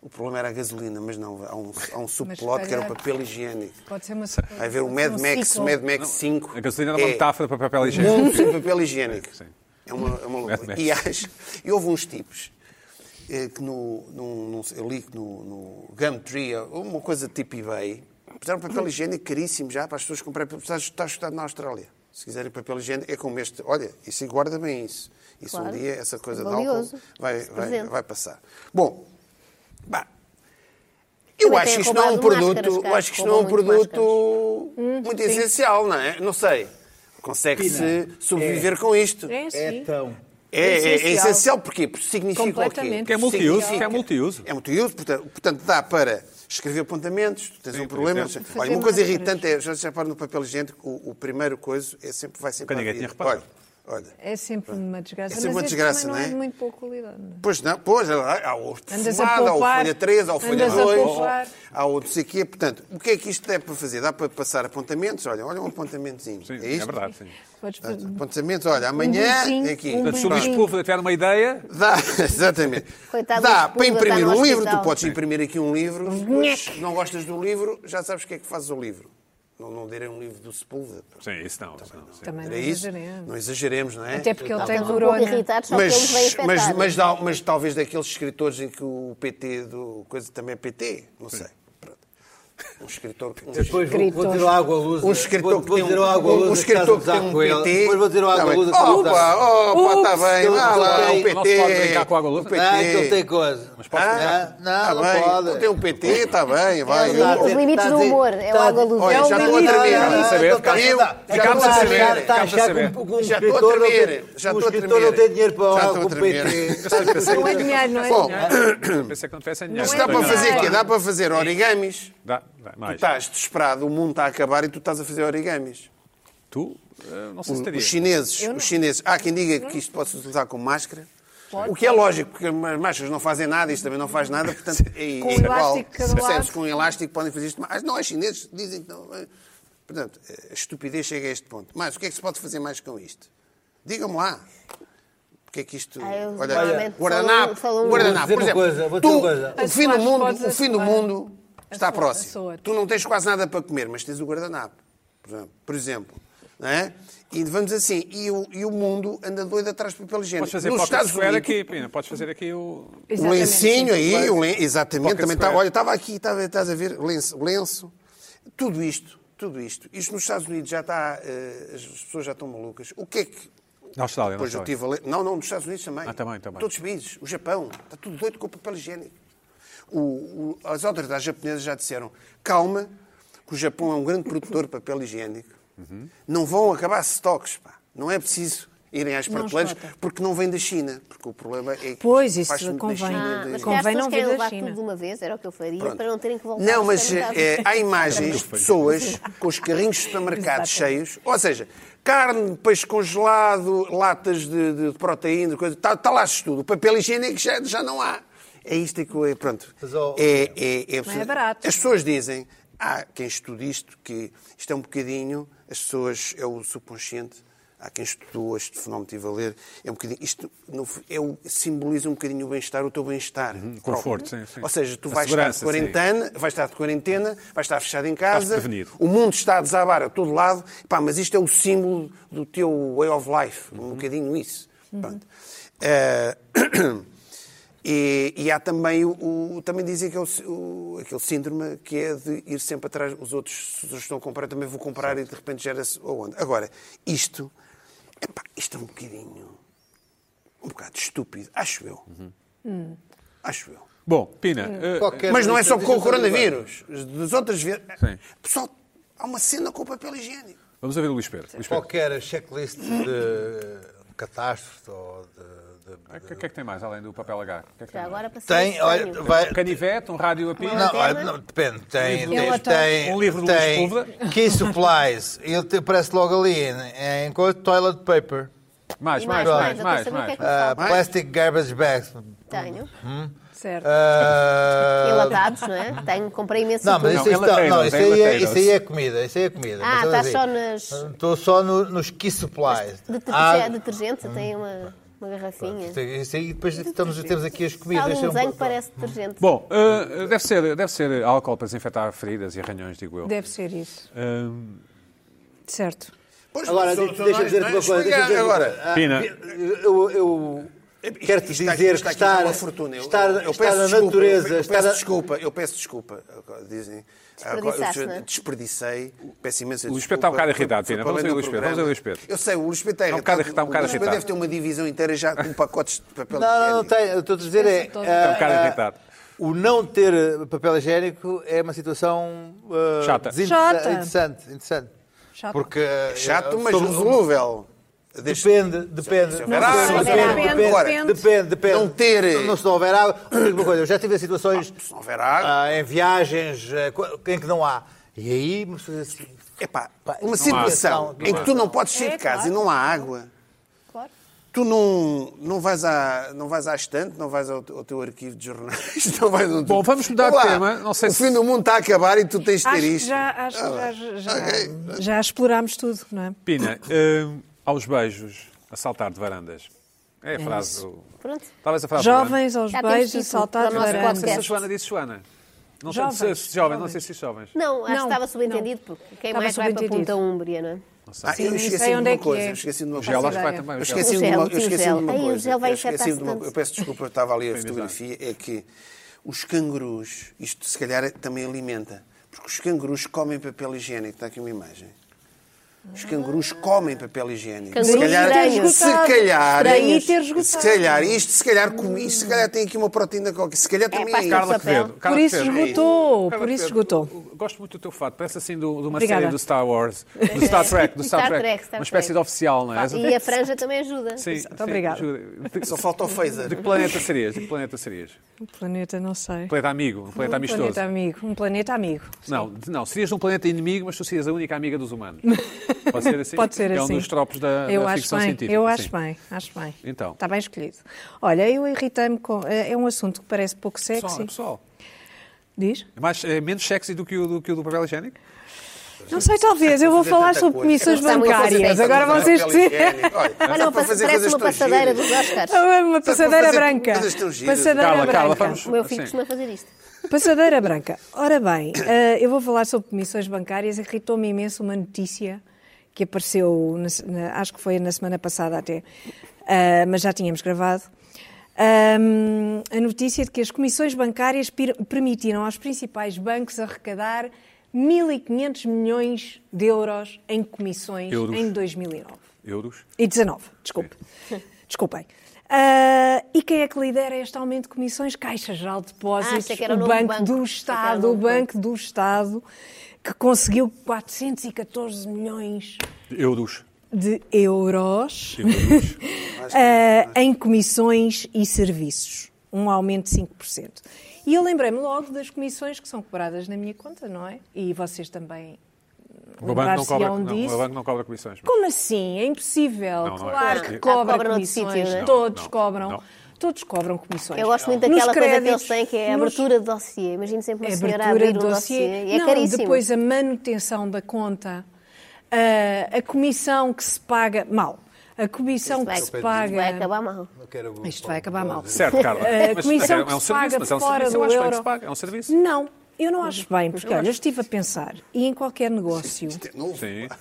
o problema era a gasolina, mas não. Há um, há um subplot
se
que era o
calhar-
papel higiênico.
Pode ser uma
Vai haver o
pode ser
Mad
um
Max,
ciclo.
o Mad Max 5.
é A gasolina era uma
É.
metáfora para papel higiênico.
Mundo sem papel higiênico.
Sim.
É uma, é uma loucura.
Max.
E, acho- e houve uns tipos eh, que no, no, no- eu li que no, no Gumtree, ou uma coisa tipo eBay, puseram papel higiênico caríssimo já para as pessoas comprarem. porque Está, está estudado na Austrália. Se quiserem papel higiênico, é como este. Olha, isso aí guarda bem isso. Isso
Claro. É
um dia, essa coisa de
Valioso.
álcool vai,
Esse
vai,
presente.
vai passar. Bom, bah,
Também
eu acho
tem
que isto não é um
roubado máscaras,
produto, eu
cara.
acho que isto não é um
Roubam muito
produto
Uhum,
muito essencial, não é? Não sei.
é.
Consegue-se sobreviver com isto. É,
É assim.
Então,
é- é
essencial.
essencial porquê? Porque significa o quê?
Completamente.
Que é multiuso, que
Significa-
é multiuso.
É multiuso, portanto, portanto, dá para escrever apontamentos, tu tens um problema.
exemplo.
Olha,
Fazer
uma coisa
máscaras.
irritante é, já se repara no papel higiênico, o, o primeiro coisa é sempre, vai sempre
Nunca
à
ninguém
vida.
tinha reparado.
Olha, olha.
É sempre uma desgraça.
É sempre
mas
uma
este
desgraça,
também
não é?
de muito boa qualidade. não é?
Pois não, pois, há o
Andas
fumado,
a
há o
poupar,
folha 3, há o folha
andas a
2,
poupar.
há o não sei o quê. Portanto, o que é que isto é para fazer? Dá para passar apontamentos? Olha, olha um apontamentozinho.
Sim,
é
é
isto?
verdade, sim.
Podes fazer-
Apontamentos, olha, amanhã
Um beijinho,
é aqui.
um
Portanto, se o Luís
Sim.
Púlveda tiver uma ideia,
Dá, exatamente.
Coitado do
Dá
Luís
para
Pulga,
imprimir
está no
um livro, tu
então.
hospital.
podes imprimir aqui um livro. Mas não gostas do livro, já sabes o que é que fazes o livro. Não, não direi um livro do Sepúlveda.
sim, isso não. Isso não sim.
Também não
Era isso?
exageremos.
Não exageremos, não é?
Até porque ele tem
Estamos um pouco
corona.
irritados, só que eles vêm
Mas,
afetados.
mas, mas, dá- mas talvez daqueles escritores em que o PT do coisa também é PT, não sei. Pronto. Um escritor que.
depois vou, vou dizer água à luz.
Um escritor
vou,
que
vou
tem
dizer
um,
água à luz.
um escritor que tem um PT.
Depois vou dizer água à luz.
Tá bem. Opa, opa, está bem.
Ups.
Vá lá,
Não
o
se
PT.
pode brincar com a água à luz?
O PT.
Ah, que ele tem coisa. Mas
Ah, tá
Não,
bem.
não pode.
Então Tem um PT, está bem, vai.
Os limites- os
Tá
limites do humor, é o água à luz.
Olha,
É o
já estou a
limite.
tremer.
Não, não,
Eu-
não, não, não.
Ficámos
Não,
a
não,
tremer.
não,
Está a achar
saber.
que um, um
Já
escritor
estou a
não tem-
tremer, já
um
estou a tremer.
escritor não tem dinheiro para
Já
o
estou a
com o
tremer.
PT.
Não é dinheiro, não é
Bom,
dinheiro.
Pensei que não tivessem dinheiro.
Isto dá para
Não é
fazer Tá. o
nada.
quê? Dá para fazer origamis.
Dá, dá,
Tu
mais.
estás desesperado, o mundo está a acabar e tu estás a fazer origamis.
Tu, eh, não sei se teria.
Os chineses, os chineses. Há quem diga que isto pode se utilizar com máscara. O que é lógico, porque as máscaras não fazem nada, isto também não faz nada, portanto é,
Com
é
um
igual.
elástico cada lado.
Percebes? Com um elástico podem fazer isto. Mas não, os chineses dizem que não. é- Portanto, a estupidez chega a este ponto. Mas o que é que se pode fazer mais com isto? Digam-me lá. O que é que isto.
Ah, eu
Olha,
realmente
guardanapo.
falo- falo-
Guardanapo. Por
Vou dizer
exemplo,
uma coisa, vou dizer uma coisa.
tu, o fim do
As
mundo,
flores
o
podes
fim do
assoar.
mundo está
Assoa-
próximo.
assoa.
Tu não tens quase nada para comer, mas tens o guardanapo, por exemplo. Por exemplo não é? E vamos assim, e o, e o mundo anda doido atrás de papel higiênico.
Podes fazer
Nos
Pocket
Estados
Square
Unidos,
aqui, Pina. Podes fazer aqui o...
o
Exatamente.
um lencinho aí, o len- exatamente,
Pocket
também tá, está.
Square.
Olha, estava aqui, estava, estás a ver, lenço, lenço, tudo isto tudo isto. Isto nos Estados Unidos já está. eh, as pessoas já estão malucas. O que é que.
Na Austrália, na
Pois eu
Austrália.
tive a ler. Não, não, nos Estados Unidos também.
Ah, também, também.
Todos os países. O Japão. Está tudo doido com o papel higiênico. O, o- as autoridades japonesas já disseram: calma, que o Japão é um grande produtor de papel higiênico. Não vão acabar estoques, pá. Não é preciso irem às
Não
prateleiras
esgota.
porque não vem da China. Porque o problema é que.
Pois,
isto
isso
faz-se muito na
convém.
China,
Ah,
da-
mas se
Convém
calhar as
não
pessoas querem
vir da
levar
China.
tudo de uma vez, era o que eu faria,
Pronto.
para não terem que voltar.
Não, mas
Isto é
eh,
muito
há imagens de pessoas com os carrinhos de supermercado cheios, ou seja, carne, peixe congelado, latas de, de proteína, coisa, está tá lá tudo. O papel higiênico já, já não há. É isto que eu. é- Pronto.
Mas, ó,
é, é, é absurdo.
é barato.
As pessoas dizem, há quem estude isto, que isto é um bocadinho, as pessoas, é o subconsciente. Há quem estudou este fenómeno, estive a ler, é um bocadinho, isto no- é o- simboliza um bocadinho o bem-estar, o teu bem-estar.
Uhum.
próprio.
conforto, sim, sim.
Ou seja, tu
A
vais estar de
segurança, sim.
quarentena, quarentena, vai estar de quarentena, vai estar fechado em casa.
prevenido.
O mundo está a desabar a todo lado. Pá, mas isto é o símbolo do teu way of life. Um bocadinho isso. Pronto. Eh, e, e há também o, o- também dizem que é o sí- o- aquele síndrome que é de ir sempre atrás os outros se os outros estão a comprar também vou comprar e de repente gera-se aonde agora isto epá, isto é um bocadinho um bocado estúpido acho eu acho eu
Bom, Pina, eh,
Qualquer
mas não é só com
notícia
o
diz outra
coronavírus. Das outras vezes.
Sim.
Pessoal, há uma cena com o papel higiênico.
vamos ouvir o Luís Pedro. Luís
coisa.
Pedro,
Qualquer checklist de catástrofe ou de- de-
o que, que é que tem mais além do papel H? O que é que tem
Já
mais?
agora passamos
Tem,
para
olha,
Espanha.
vai,
Canivete, um rádio a pino.
Uma
Não,
lanterna?
olha, não, depende. Tem,
livro
do Luís
tem, tem,
Um livro do
tem
Luís Púlveda.
Key Supplies. Ele te aparece logo ali em, em coisa, toilet paper.
Mais,
E
mais, mais,
mais,
mais,
mais, eu quero
mais.
saber o que é que-
ah,
Mais?
plastic garbage bags.
Tenho.
Certo.
Ah,
Enlatados, não é? Tenho, comprei imenso.
não, mas
Não,
isso, aí
é
está- não,
lateiros,
isso
é
aí é,
lateiros.
isso aí é comida. Isso aí é comida.
Ah,
Mas eu
tá
assim.
digo,
só nas-
Ah.
Estou só no- nos Key Supplies.
Detergente,
Ah, é-
detergente tem uma, uma garrafinha.
isso aí- isso aí depois estamos, temos aqui as
Há
comidas.
algum
deixa eu-
desenho que parece detergente.
Bom, eh, deve, ser, deve ser álcool para desinfetar feridas e arranhões, digo eu. Eh,
Deve ser isso.
Ahm,
Certo.
Pois,
Agora,
só-
deixa-me
só
dizer-te
nós,
uma
não é?
coisa. deixa-me
Explica
dizer-te uma
agora.
coisa. Ah,
Pina.
Eu, eu quero-te
Isto está-
dizer
isto
que
aqui está
estar,
uma fortuna. Eu-
estar,
eu- eu
estar
peço
na
desculpa,
natureza,
Eu, eu
estar
peço
na-
desculpa, eu peço desculpa. Agora, Dizem.
Desperdiçaste,
Agora,
não é?
eu desperdicei. Peço imensa desculpa.
Luís Pedro está um bocado
Foi-
irritado,
foi
Pina.
para
Vamos ouvir
além
o
do
Luís Pedro, vamos
programa.
ouvir o Luís Pedro.
Eu sei, o Luís Pedro está
Está um
irritado.
bocado- está um bocado
o Luís Pedro
irritado.
deve ter uma divisão inteira já com pacotes de papel
Não, não, não
higiênico.
tem. Eu Estou a dizer é.
Está um
ah,
bocado
ah,
irritado.
O não ter eh, papel higiênico é uma situação ah,
Chata.
desinteressa-
Chata.
Interessante, interessante.
Chato.
Porque eh,
Chato, mas
sobre-
um-
resolúvel. Desde-
Depende, depende.
houver Não, água, se
depende,
houver
água,
depende,
agora,
depende, depende, depende.
não ter-
Não, se não houver água. Eu digo uma coisa, eu já tive situações
Se não houver água.
ah, em viagens ah, co- em que não há. E aí, mas, assim,
Epá,
Pá, não
uma
há.
situação
Não
em
há.
que tu não podes sair
É,
de casa e
claro.
não há água.
Claro.
Tu não, não, vais à, não vais à estante, não vais ao, te- ao teu arquivo de jornais, não vais ao
Bom, vamos mudar de
Olá,
tema, não sei
o
se-
fim do mundo está a acabar e tu tens de ter
Acho que
isto.
já, acho que
Ah,
já, já,
ok.
já explorámos tudo, não é?
Pina, ahm, aos beijos, a saltar de varandas. É a frase
isso.
do...
Pronto.
Talvez a frase do ano.
Jovens aos
Já temos
beijos,
título
saltar de
para o
Não
nosso
sei se a
varandas.
podcast.
Joana disse Joana. Não sei
Jovens,
se- se jovens, não sei
jovens.
se jovens.
Não, acho
Não,
que estava subentendido, porque quem
Estava
mais vai para a
subentendido.
Punta Úmbria, não é?
Ah, eu
nem
esqueci
sei
de
onde é
uma
que
coisa.
é.
Eu esqueci de uma
O
coisa.
gel acho que vai também. o
Eu
gel.
esqueci
O
de
gel,
uma,
tinha
eu esqueci de
gel.
uma
Ai, o
coisa.
gel vai
eu, esqueci
injetar-se
de uma,
tanto.
eu peço desculpa, eu estava ali a fotografia. É que os cangurus, isto se calhar também alimenta, porque os cangurus comem papel higiênico. Está aqui uma imagem. Os cangurus comem papel higiênico.
Cangurus estranhos.
se calhar,
Daí ter
se
esgotado.
calhar, isto se calhar, com- isto se calhar tem aqui uma proteína qualquer. Se calhar também
para
é
as
isto.
Carla
papel.
Quevedo.
Por
Carla
isso
Quevedo.
esgotou,
Carla
por isso
Quevedo,
esgotou.
eu- eu Gosto muito do teu fato. Parece assim do- de uma
Obrigada.
série do Star Wars. Do Star Trek. Do Star,
Star
Trek.
Trek, Star
Uma espécie
Trek.
de oficial, não é?
E a franja também ajuda.
Sim, sim,
obrigada.
ajuda. De,
Só falta o phaser.
de que planeta serias? De que planeta serias?
Um planeta, não sei.
Planeta amigo, um planeta
um
amistoso.
planeta amigo. Um planeta amigo.
Não, de- não, serias de um planeta inimigo, mas tu serias a única amiga dos humanos. Pode ser assim?
Pode ser
é
assim.
um dos tropos da,
eu
da
acho
ficção
bem,
científica.
Eu
sim.
acho bem, acho bem.
Então.
Está bem escolhido. Olha, eu irritei-me com... É é um assunto é que parece pouco sexy.
Pessoal, pessoal,
Diz?
é mais, é menos sexy do que o do, que o do papel higiênico?
Não sei, talvez. Eu vou
Fazer
falar
tanta
sobre
coisa.
comissões
Está muito
bancárias.
sexy.
Agora vocês
Papel
dizem...
higiênico. Olha,
Olha,
só
não,
para
parece,
fazer
parece
coisas
uma
tão
passadeira
giras.
dos Oscars.
É Uma passadeira
fazer
branca.
coisas tão giras.
Passadeira
Carla,
branca.
Carla, um vamos-
O meu filho
Sim.
costuma fazer isto.
Passadeira branca. Ora bem, eh, eu vou falar sobre comissões bancárias. Irritou-me imenso uma notícia que apareceu, na se- na- acho que foi na semana passada até, eh, mas já tínhamos gravado. Ahm, é a notícia de que as comissões bancárias pir- permitiram aos principais bancos arrecadar 1.500 milhões de euros em comissões
Euros.
em 2009.
Euros?
E 19, desculpe. Desculpem. Ah, e quem é que lidera este aumento de comissões? Caixa Geral de
Ah,
Depósitos,
achei que era o
o
novo
banco,
banco.
do
Achei que era o
Estado,
novo
o Banco do Estado, que conseguiu 414 milhões
Euros.
de euros
Euros.
é
ah, em comissões e serviços, um aumento de 5%. E eu lembrei-me logo das comissões que são cobradas na minha conta, não é? E vocês também
O meu banco não cobra,
lembrar-se-ão
não, o
disso.
meu banco não cobra comissões. mas-
Como assim? É impossível.
Não, não é.
claro
Ah,
que
cobra
cobra
noutro
comissões.
sítio, não é?
Todos
Não,
cobram.
não.
Todos cobram comissões.
Eu gosto muito
Nos
daquela coisa que eles
créditos,
têm, que é a
nos- é
abertura de dossiê. Imagino sempre uma senhora a
abertura
abrir um
do
dossiê. E é
Não,
caríssimo.
Depois a manutenção da conta, a, a comissão que se paga mal. A comissão que
vai,
se paga.
vai acabar mal.
Não quero-
Isto vai acabar mal.
Certo, Carla.
A
Mas
comissão
é,
que
é um
se
serviço,
paga
mas é um
fora
serviço.
do
Eu acho bem que
euro.
se paga. É um serviço.
Não, eu não acho
Uhum.
bem, porque olha, eu estive a pensar, e em qualquer negócio,
Sim.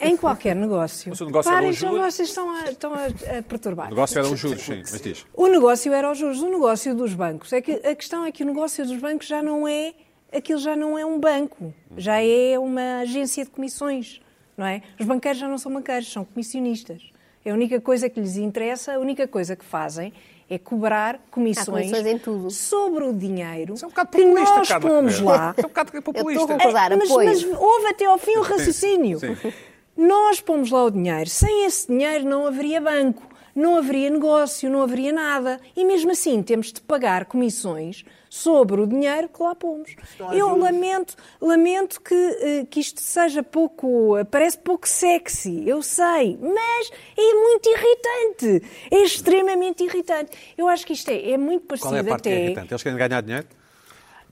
é-
em qualquer negócio,
Mas o negócio era
parem,
um
já
juro.
vocês estão a, estão a- a perturbar.
O negócio era um juros, sim. Mas diz.
O negócio era os juros, o negócio dos bancos. É que a questão é que o negócio dos bancos já não é, aquilo já não é um banco, já é uma agência de comissões, não é? Os banqueiros já não são banqueiros, são comissionistas. É a única coisa que lhes interessa, a única coisa que fazem é cobrar comissões,
comissões em tudo.
sobre o dinheiro
Isso é um bocado
que
populista,
nós
Carla
pomos
Ferreira.
lá.
É um bocado
Eu estou
populista.
a concordar. Dar
mas,
apoio.
mas houve até ao fim o raciocínio.
Sim.
Nós pomos lá o dinheiro. Sem esse dinheiro não haveria banco, não haveria negócio, não haveria nada. E mesmo assim temos de pagar comissões sobre o dinheiro que lá pomos. Eu lamento, lamento que, eh, que isto seja pouco, eh, parece pouco sexy, eu sei, mas é muito irritante. É extremamente irritante. Eu acho que isto é, é muito parecido
Qual é a parte que
até. É
é irritante? Eles querem ganhar dinheiro?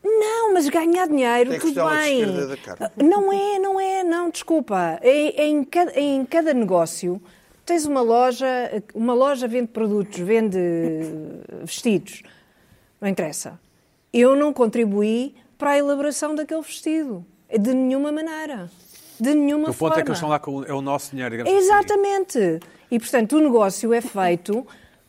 Não, mas ganhar dinheiro,
Tem que
tudo
estar à
bem.
É esquerda da Carla.
Não é, não é, não, desculpa. É- é em, cada, é em cada negócio tens uma loja, uma loja vende produtos, vende eh, vestidos. Não interessa. Eu não contribuí para a elaboração daquele vestido. De nenhuma maneira. De nenhuma
O
forma.
ponto é que eles estão lá com o- é o nosso dinheiro. digamos assim.
Exatamente. E, portanto, o negócio é feito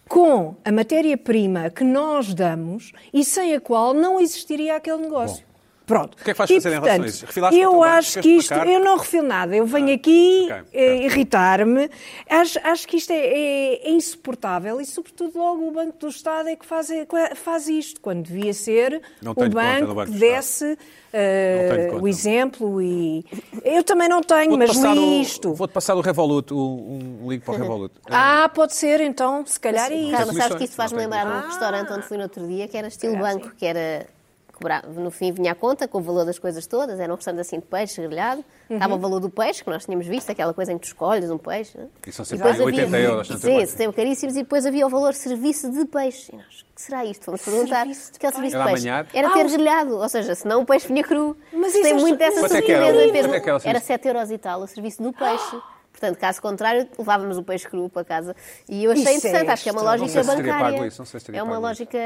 com a matéria-prima que nós damos e sem a qual não existiria aquele negócio. Pronto.
O que é que vais
e,
fazer em relação a
portanto,
isso? Refilaste com o
eu
teu banco,
acho que
queres
isto...
marcar?
Eu não refilo nada. Eu venho aqui
ok,
eh,
ok.
irritar-me. Acho, acho que isto é, é- é insuportável e, sobretudo, logo o Banco do Estado é que faz, faz isto, quando devia ser
Não
o
tenho
banco,
conta no Banco
que
do Estado.
desse eh,
Não tenho conta.
o exemplo e... Eu também não tenho, mas
passar
li
o-
isto.
Vou-te passar o Revolut, um, um link para o Revolut.
Ah, pode ser, então, se calhar é isso.
Carla, sabes
comissões,
que isso
não
faz-me
tem
lembrar
Ah.
um restaurante onde fui no outro dia, que era estilo banco, que era. cobrar- No fim vinha a conta com o valor das coisas todas, era um restaurante assim de peixe grelhado,
Uhum.
estava o valor do peixe, que nós tínhamos visto, aquela coisa em que tu escolhes um peixe. Né?
E são sempre
Depois
80 euros. não sei
Sim,
quanto.
sempre caríssimos, e depois havia o valor serviço de peixe. E nós, o que será isto? Vamos perguntar.
Serviço de
que é o serviço de
Era
peixe?
amanhar?
Era
Ah,
ter
os-
grelhado, ou seja, senão o peixe vinha cru.
Mas
Se tem
isso-
muito dessa
Quanto é que era o-
surpresa,
quanto é que era o
Era
serviço?
7 euros e tal, o serviço do peixe. Portanto, caso contrário, levávamos o peixe cru para casa. E eu achei
Isso é
interessante, acho que é uma
extra.
lógica
Não sei se teria
bancária.
pago isso, não sei se teria
é uma
pago
lógica,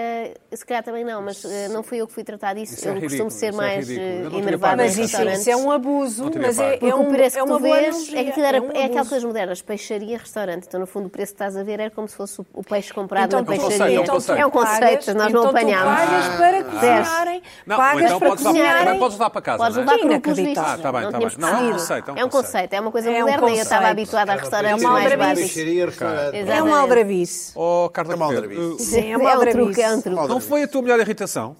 se calhar também não, mas eh, não fui eu que fui tratar disso.
Isso é
eu
ridículo,
costumo ser
isso é
mais
ridículo. Eu não
eh,
teria
enervada
pago
em
Mas
isso.
isso,
restaurantes.
isso é um abuso,
Não teria
mas é,
pago.
é,
Porque o
um,
preço
é
que tu
uma boa
vês é, que aquilo era,
analogia,
é
um
aquelas
abuso.
coisas modernas, peixaria, restaurante. Então, no fundo, o preço que estás a ver é como se fosse o- o peixe comprado
Então
na
tu-
peixaria.
então tu
é um conceito,
pagas-
nós
então
não
tu
apanhámos. Ah.
pagas para cozinharem,
Não,
pagas
então
para
podes levar- também
cozinharem.
podes levar para casa,
Podes
não é?
levar cru, pelos vistos.
Inacreditável.
Ah, tá bem,
Não
tá
tínhamos
bem. Não, é um
decidido.
conceito, é um
É um conceito, é uma coisa moderna e eu estava
conceito.
habituada a restaurantes
É uma
mais
obra
básicos.
Peixaria, restaurante.
É um
Exatamente.
aldrabice.
Oh, Carla
É uma
Ribeiro,
aldrabice.
uh,
Sim,
É um
é uma
truque, é um
aldrabice.
truque.
Não foi a tua melhor irritação?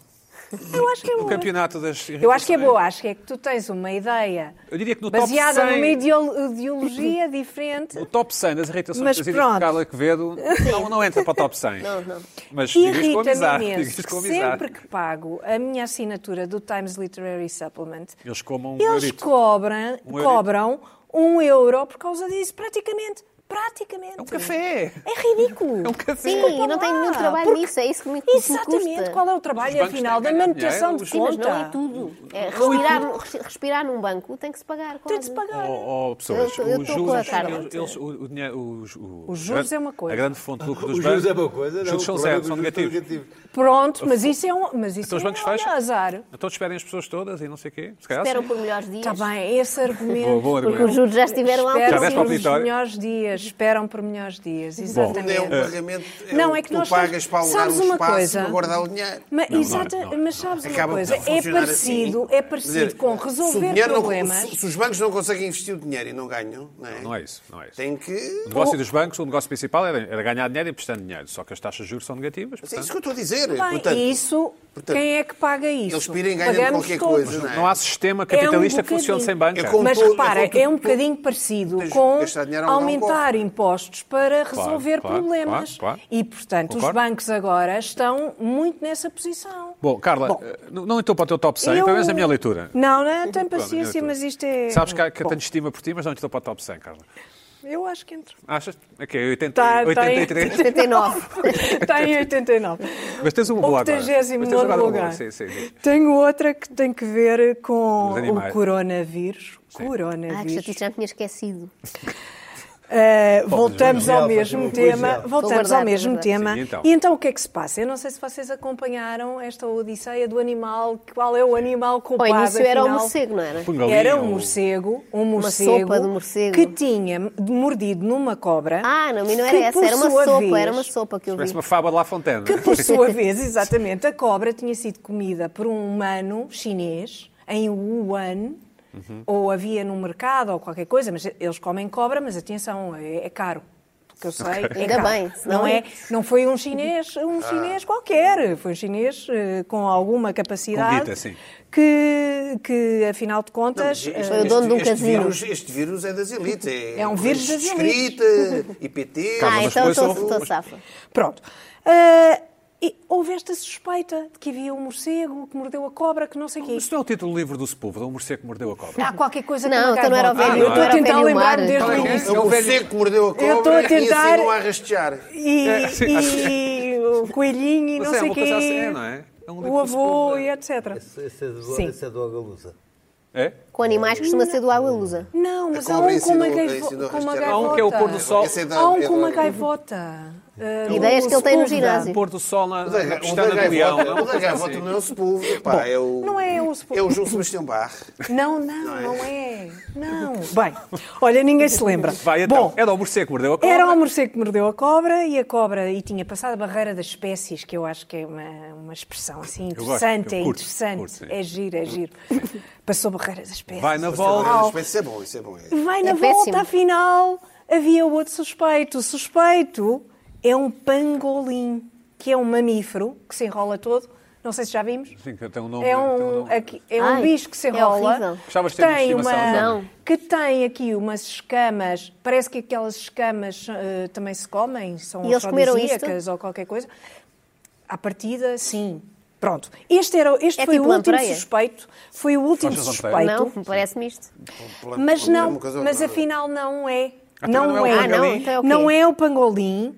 Eu acho que é
O
boa.
campeonato das irritações?
Eu acho que é boa, acho que é que tu tens uma ideia
Eu diria que no top
baseada
100
numa ideolo- ideologia diferente.
O top 100 das irritações
Mas
trazidas por
pronto.
Carla Quevedo é não, não entra para o top 100.
Não, não.
Mas digas com
Irrita-me
amizade.
imenso
digas
que
com amizade.
sempre que pago a minha assinatura do Times Literary Supplement,
Eles comam um
eles
eurito.
cobram,
Um eurito.
cobram um euro por causa disso, praticamente. Praticamente.
É um café.
É ridículo.
É um café.
Sim,
Desculpa
e não
lá.
tem nenhum trabalho
Porque-
nisso, é isso que me, que me
Exatamente.
custa.
Qual é o
Os
trabalho,
bancos
afinal,
têm
da
que ganhar
manutenção de
dinheiro,
Sim, mas não é
conta?
tudo. É, respirar, res- respirar num banco tem que se pagar.
Tem de se
quase.
pagar.
Oh, oh, pessoas,
Eu- eu
os
estou com a
juros,
Carla.
eles- eles- o- o dinheiro- os, o-
Os juros é uma coisa.
A grande fonte de lucro dos
Os
bancos.
juros é uma coisa,
os
não.
juros são
o é
zero,
problema
são
dos juros
negativos.
Pronto, mas isso é um. Mas isso
Então os
é
bancos
um
fecham.
azar.
Então desperem as pessoas todas e não sei o quê. Se calhar
um
Esperam
sim.
por melhores dias.
Está Tá bem, esse argumento.
Boa, boa
Porque os
argumento.
juros já estiveram
Espero
Já deste palpite.
altíssimos.
os
auditório?
melhores dias. dias, esperam por melhores dias,
Bom,
exatamente.
quando é um pagamento, é
não,
o
é que
que tu
nós
pagas para alugar
sabes
um
uma
espaço
coisa,
para guardar o dinheiro.
Mas,
Não, não,
exata, mas sabes
Acaba
uma
por
coisa, é
funcionar
parecido,
assim.
é parecido
Quer dizer,
com
se o
resolver
dinheiro não-
problemas.
se, se os bancos não conseguem investir o dinheiro e não ganham, não é?
Não é isso, não é isso.
Tem que.
O negócio dos bancos, o negócio principal era, era ganhar dinheiro e emprestando dinheiro. Só que as taxas de juros são negativas.
Mas é isso
portanto-
que eu estou a dizer.
Bem,
portanto,
isso,
portanto,
quem é que paga isso?
eles pirem ganham
Pagamos
qualquer
todos.
coisa, não é?
Não há sistema capitalista
É um
que funcione
bocadinho.
sem banca.
É como
Mas
todo-
repara,
é como
é um
tu- tu-
bocadinho parecido
tens de
com
gastar dinheiro a alugar um
aumentar impostos para
Claro,
resolver
claro,
problemas.
claro, claro.
E, portanto, os
Concordo.
bancos agora estão muito nessa posição.
Bom, Carla, eh, não não entrou para o teu top 100,
Eu-
pelo menos na minha leitura.
Não, não, tenho
Pronto, é minha
paciência,
leitura.
mas isto é...
Sabes que, há- que eu
Bom,
tenho estima por ti, mas não entrou para o top 100, Carla.
Eu acho que entro.
Achas? É Ok, 80,
Tá, tá em-
83.
79.
Está em 89.
Mas tens uma boa agora. Mas tens
89
agora uma boa,
lugar.
sim, sim, sim.
Tenho outra que tem que ver com
Os
o
animais.
coronavírus.
Ah, que
Coronavírus.
chatice, já me tinha esquecido.
Uh, voltamos
Miguel,
ao
faz
mesmo
uma
tema.
coisa.
Vou
Voltamos
guardar,
ao mesmo
vou guardar.
tema.
Sim, então.
E então o que é que se passa? Eu não sei se vocês acompanharam esta odisseia do animal. Qual é o animal
Ao
culpado?
início era o
afinal?
morcego, não era?
Pungalinho,
Era um morcego, um morcego,
sopa de morcego.
que tinha mordido numa cobra.
Ah, não, mas não
que,
era essa,
por
era uma
sua
sopa,
vez-
era uma sopa que eu vi.
Parece uma fábula de La Fontaine.
que, por sua vez, exatamente, a cobra tinha sido comida por um humano chinês em Wuhan, ou havia no mercado ou qualquer coisa, mas eles comem cobra, mas atenção, é, é caro. do Que eu sei, é
Ainda
caro.
bem, senão
não é?
é-
Não foi um chinês,
Ah.
um chinês qualquer, foi um chinês eh, com alguma capacidade
guita, sim.
que, que afinal de contas, eh,
Foi o dono de um
este
casino.
vírus, este vírus é das elites. É,
É um vírus das elites.
Escrita, IPT.
Calma,
Ah,
mas
então
depois
estou
houve-
estou safa.
Pronto. Ah, e houve esta suspeita de que havia um morcego que mordeu a cobra, que não sei o quê.
Isto não é o título do livro do Sepúlveda, o morcego que mordeu a cobra.
Há qualquer coisa que
Não,
me
então não era o
agarra.
velho-
Eu estou
não
a
era tá o
tentar
velho mar.
lembrar desde o
Calma,
início.
É o morcego que mordeu a cobra
um Eu estou a
e
tentar-
ensinou a rastejar.
E,
É, sim, acho
e o coelhinho e
Mas
não
é
sei
uma
o
coisa assim,
quê.
é, não é? É um livro
O
do
avô
Sepúlveda.
e etc.
Esse, esse é do,
Sim.
esse é do Agalusa.
É?
Com animais costuma ser do água lusa.
Não, mas há
cobra
um com uma
ensinou-
gaivo-
ensinou a
com uma
rastejar.
Há um que é o pôr do sol.
gaivota.
Esse é da-
Há um
é
com uma
da-
gaivota. ah,
Ideias
no
que ele tem no
Sepúlveda.
O
ginásio.
pôr do sol na,
O
na
da- o da
pestana do leão.
gaivota-
não é
O
uma
da
coisa
gaivota
assim.
não é o Sepúlveda. pá, É o,
Não é o Sepúlveda.
É o João Sebastião Barre.
Não, não, não é. Não. Bem, olha, ninguém se lembra.
Vai então,
Bom,
era o morcego que mordeu a cobra.
Era o morcego que mordeu a cobra e a cobra e tinha passado a barreira das espécies, que eu acho que é uma, uma expressão assim
gosto,
interessante,
eu
é
curto,
interessante,
curto, sim.
é giro, é giro. Passou a barreira das espécies.
Vai na
Mas
volta.
Isso é bom, isso é bom. é.
Vai na
É
volta,
péssimo.
afinal, havia outro suspeito. O suspeito é um pangolim, que é um mamífero que se enrola todo. Não sei se já vimos.
Sim, que tem um nome-
é
tem um
um,
nome.
aqui- é um
Ai,
bicho que se
é
enrola.
horrível.
Gostavas de ter uma
tem
estimação, Sandra?
uma que tem aqui umas escamas. Parece que aquelas escamas eh, também se comem, são
E eles comeram isto?
afrodisíacas ou qualquer coisa. À partida, sim. Pronto. Este, era, este
É
foi
tipo
o último
lampreia?
suspeito. Foi o último
Faz-nos
suspeito.
Não, me parece-me isto.
Pela-
Ah, Mas
pela
não,
mesma coisa,
mas
não.
afinal não é.
Ah, também
Não,
não é
é.
o
Ah, não? pangolim? Então é o quê?
Não é o pangolim,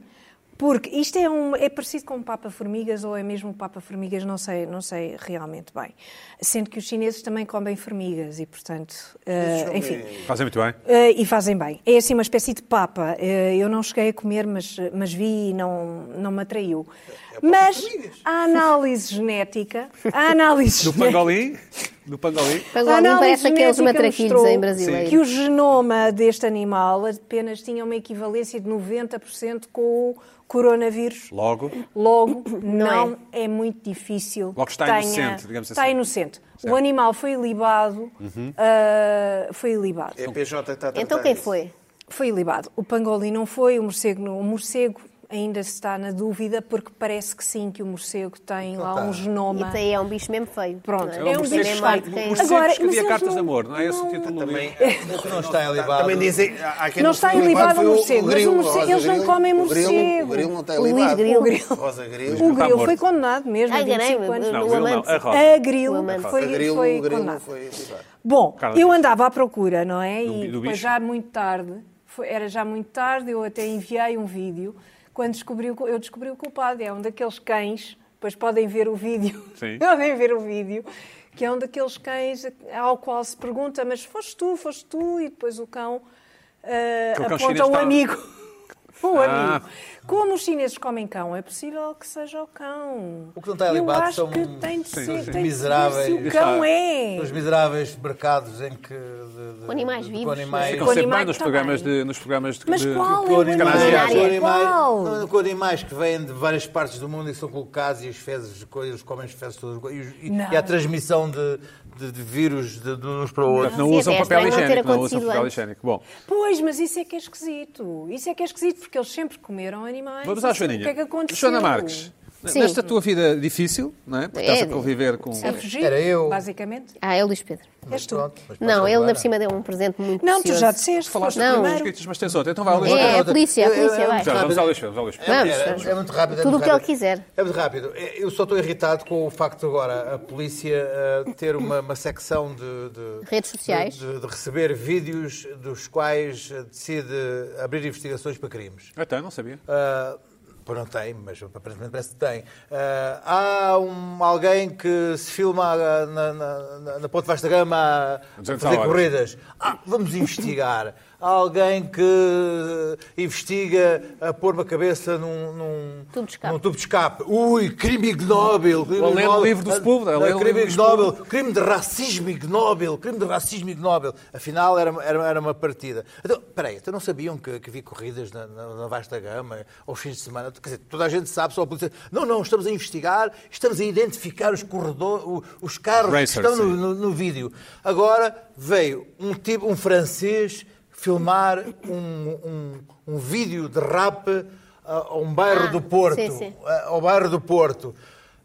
porque isto é, um, é parecido com o Papa-Formigas, ou é mesmo o Papa-Formigas, não sei, não sei realmente bem. Sendo que os chineses também comem formigas e, portanto, eh,
é.
enfim.
Fazem muito bem.
Eh, e fazem bem. É assim uma espécie de papa. Eh, eu não cheguei a comer, mas, mas vi e não, não me atraiu.
É,
mas a análise genética. A análise
Do
genética-
pangolim. Do pangolim.
Agora
a
me
análise
parece aqueles
genética
matraquilhos
mostrou
em é brasileiro.
Que o genoma deste animal apenas tinha uma equivalência de 90% com o coronavírus.
Logo.
Logo, não,
Não
é. muito difícil.
Logo está
que tenha-
inocente, digamos
Está
assim. Uhum.
inocente. O animal foi libado. ah, foi libado.
É PJ que está a tratar
Então quem
disso.
foi?
Foi ilibado. O pangolim não foi, o morcego não. O morcego ainda se está na dúvida, porque parece que sim, que o morcego tem
Então
lá
tá.
um
E
genoma.
aí é um bicho mesmo feio.
Pronto,
Não
é um
morcego
bicho
que-
feio.
feio.
O
Quem-
morcego
Agora,
que
mas
escrevia
eles
cartas de
não-
amor, não é esse o título do livro?
O que não está elevado.
Também dizem. há- há quem
Não
não
está
foi ilibado,
ilibado
foi
o morcego, mas o
grilo,
morcego-
Rosa
eles não
Grilo.
comem
O grilo-
morcego.
O grilo não está
Luís
ilibado.
Grilo. O
grilo.
Rosa
O
Grilo.
está
grilo
tá morto.
foi condenado mesmo.
Ai,
a 25
enganei-me.
anos.
O
Não, o grilo não.
amante.
A rosa.
A
O
grilo
amante.
foi,
O grilo,
foi
o grilo não
condenado.
foi ilibado.
Bom,
Carla
eu
Dias.
andava à procura, não
Do-
é? E
do
depois
bicho.
já muito tarde, foi- era já muito tarde, eu até enviei um vídeo, quando descobri, o cu- eu descobri o culpado, é um daqueles cães, depois podem ver o vídeo,
Sim.
podem ver o vídeo, que é um daqueles cães ao qual se pergunta, mas foste tu, foste tu, e depois o cão ah,
Aquele cão
aponta
chinês
um
está-
amigo. Porco.
Ah.
Como os chineses comem cão, é possível que seja o cão. O
que não está ali
Eu
embaixo
acho
são
que tem de
sim,
ser,
sim.
tem de
miseráveis.
saber se o cão é.
São Os miseráveis mercados em que. de- de-
Com animais
de- Com
vivos.
animais.
Ficam
Com
sempre
animais
bem nos
também.
programas de. Nos programas de
Mas
de-
qual
de-
é o
de
animal?
canais
Com
asiáticos.
Área. Qual?
animais, com animais que vêm de várias partes do mundo e são colocados e as fezes, coisas, comem as fezes todas. E, os- e,
Não.
e há transmissão de, de, de vírus de, de uns para outros.
Não
Sim,
usam
até
papel
espero não ter
higiênico. Não usam
acontecido
papel
antes.
higiênico. Bom,
Pois, mas isso é que é esquisito. Isso é que é esquisito porque eles sempre comeram animais.
vamos à
Isso é-
Joaninha.
O que é que aconteceu?
Joana Marques,
Sim.
nesta tua vida difícil, não é? Porque estás a
É,
conviver com.
A fugir,
Era eu.
um basicamente.
Ah, é o Luís Pedro.
És tu.
Pronto, mas passa
Não, ele
agora.
na por cima deu um presente muito
Não, tu
precioso.
já disseste.
Falaste
Foste
Não.
não.
primeiro.
escritos, mas tens outra. Então vai ao Luís
É,
Pedro.
a polícia, a
Eu- eu-
polícia,
eu-
vai.
Já, vamos ao Luís Pedro, vamos ao Luís Pedro.
Vamos,
É,
vamos.
é muito rápido. é
Tudo
muito
o que ele
rápido.
quiser.
É muito rápido. É, Eu só estou irritado com o facto de agora a polícia eh, ter uma, uma secção de, de-
Redes sociais.
de, de- de receber vídeos dos quais eh, decide abrir investigações para crimes.
Até, não sabia.
Ah, pois não tem, mas aparentemente parece que tem. Ah, há um, alguém que se filma ah, na, na, na- na Ponte Vasta Gama a
200
fazer
horas.
corridas. Ah, vamos investigar. Há alguém que investiga a pôr uma cabeça num, num,
Tubo de escape.
num tubo de escape. Ui, crime ignóbil. crime
Ou ler o
ignóbil.
livro do Sepúlveda,
Ah,
ler o
Crime
livro do
ignóbil, crime de racismo ignóbil, crime de racismo ignóbil. Afinal, era, era, era uma partida. Então, peraí, então não sabiam que, que havia corridas na, na- na vasta gama, aos fins de semana? Quer dizer, toda a gente sabe, só a polícia... Não, não, estamos a investigar, estamos a identificar os corredores, os carros
Racers,
que estão
sim.
no, no- no vídeo. Agora veio um tipo, um francês, filmar um, um, um vídeo de rap ah, a um bairro
Ah,
do Porto
sim, sim.
eh, ao bairro do Porto,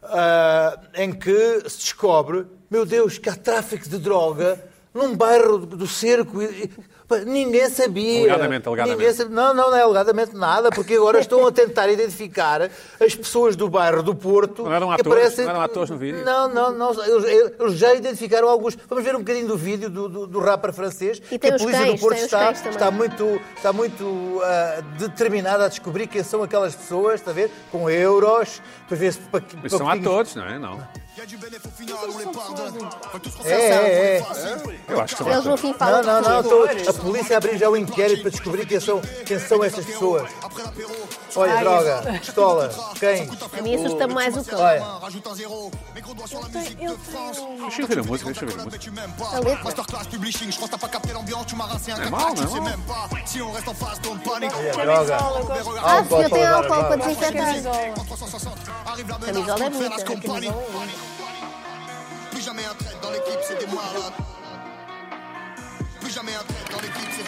ah, em que se descobre, meu Deus, que há tráfico de droga num bairro do do cerco. E- e- pá, Ninguém sabia.
Alegadamente, alegadamente.
Ninguém sabia. Não, não, não é alegadamente nada, porque agora estão a tentar identificar as pessoas do bairro do Porto.
Não eram
que
atores?
aparecem-
Não eram atores no vídeo?
Não, não, não. Eles, eles já identificaram alguns. Vamos ver um bocadinho do vídeo do, do, do rapper francês.
E
que
tem
a
os
polícia do
cães,
Porto
tem os
está,
cães também.
está muito, está muito ah, determinada a descobrir quem são aquelas pessoas, está a ver? Com euros, para ver se. pa-
Mas
pa-
são atores, não é? Não.
É, é, é.
Eu acho que são
Eles no
atores.
fim
Não,
falam
não,
de
não.
tudo.
tô- a polícia abriu já o inquérito para descobrir quem são, quem são estas pessoas. Olha,
Ai,
droga, pistola, quem?
A mim assusta mais o cão.
Olha,
Ele tem- ele tem-
Deixa eu ver é a música, deixa eu ver a música.
A letra.
Não é mal, não é mal.
olha, droga.
Ah,
um
o senhor
botão
tem
agora,
álcool para
vá.
desinfetar.
Camisola.
A camisola é bonita. A camisola é bonita.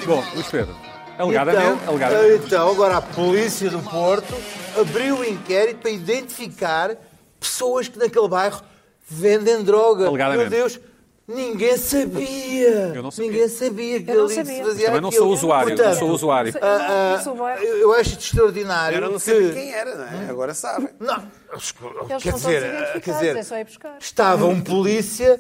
é Bom, Luís Pedro. Alegadamente,
então,
alegadamente.
então, agora a polícia do Porto abriu o inquérito para identificar pessoas que naquele bairro vendem droga.
Alegadamente.
Meu Deus, ninguém sabia.
Eu não sabia.
Ninguém sabia que
Eu não
ali se
sabia.
fazia
Também não
aquilo.
sou usuário, não
Portanto,
sou usuário.
ah,
Isso
ah,
vai.
eu eu acho extraordinário
Era não
que...
saber quem era, não é? Agora sabem.
Não,
Eles
quer
não são
dizer,
identificados,
quer dizer,
é só ir buscar.
estava um polícia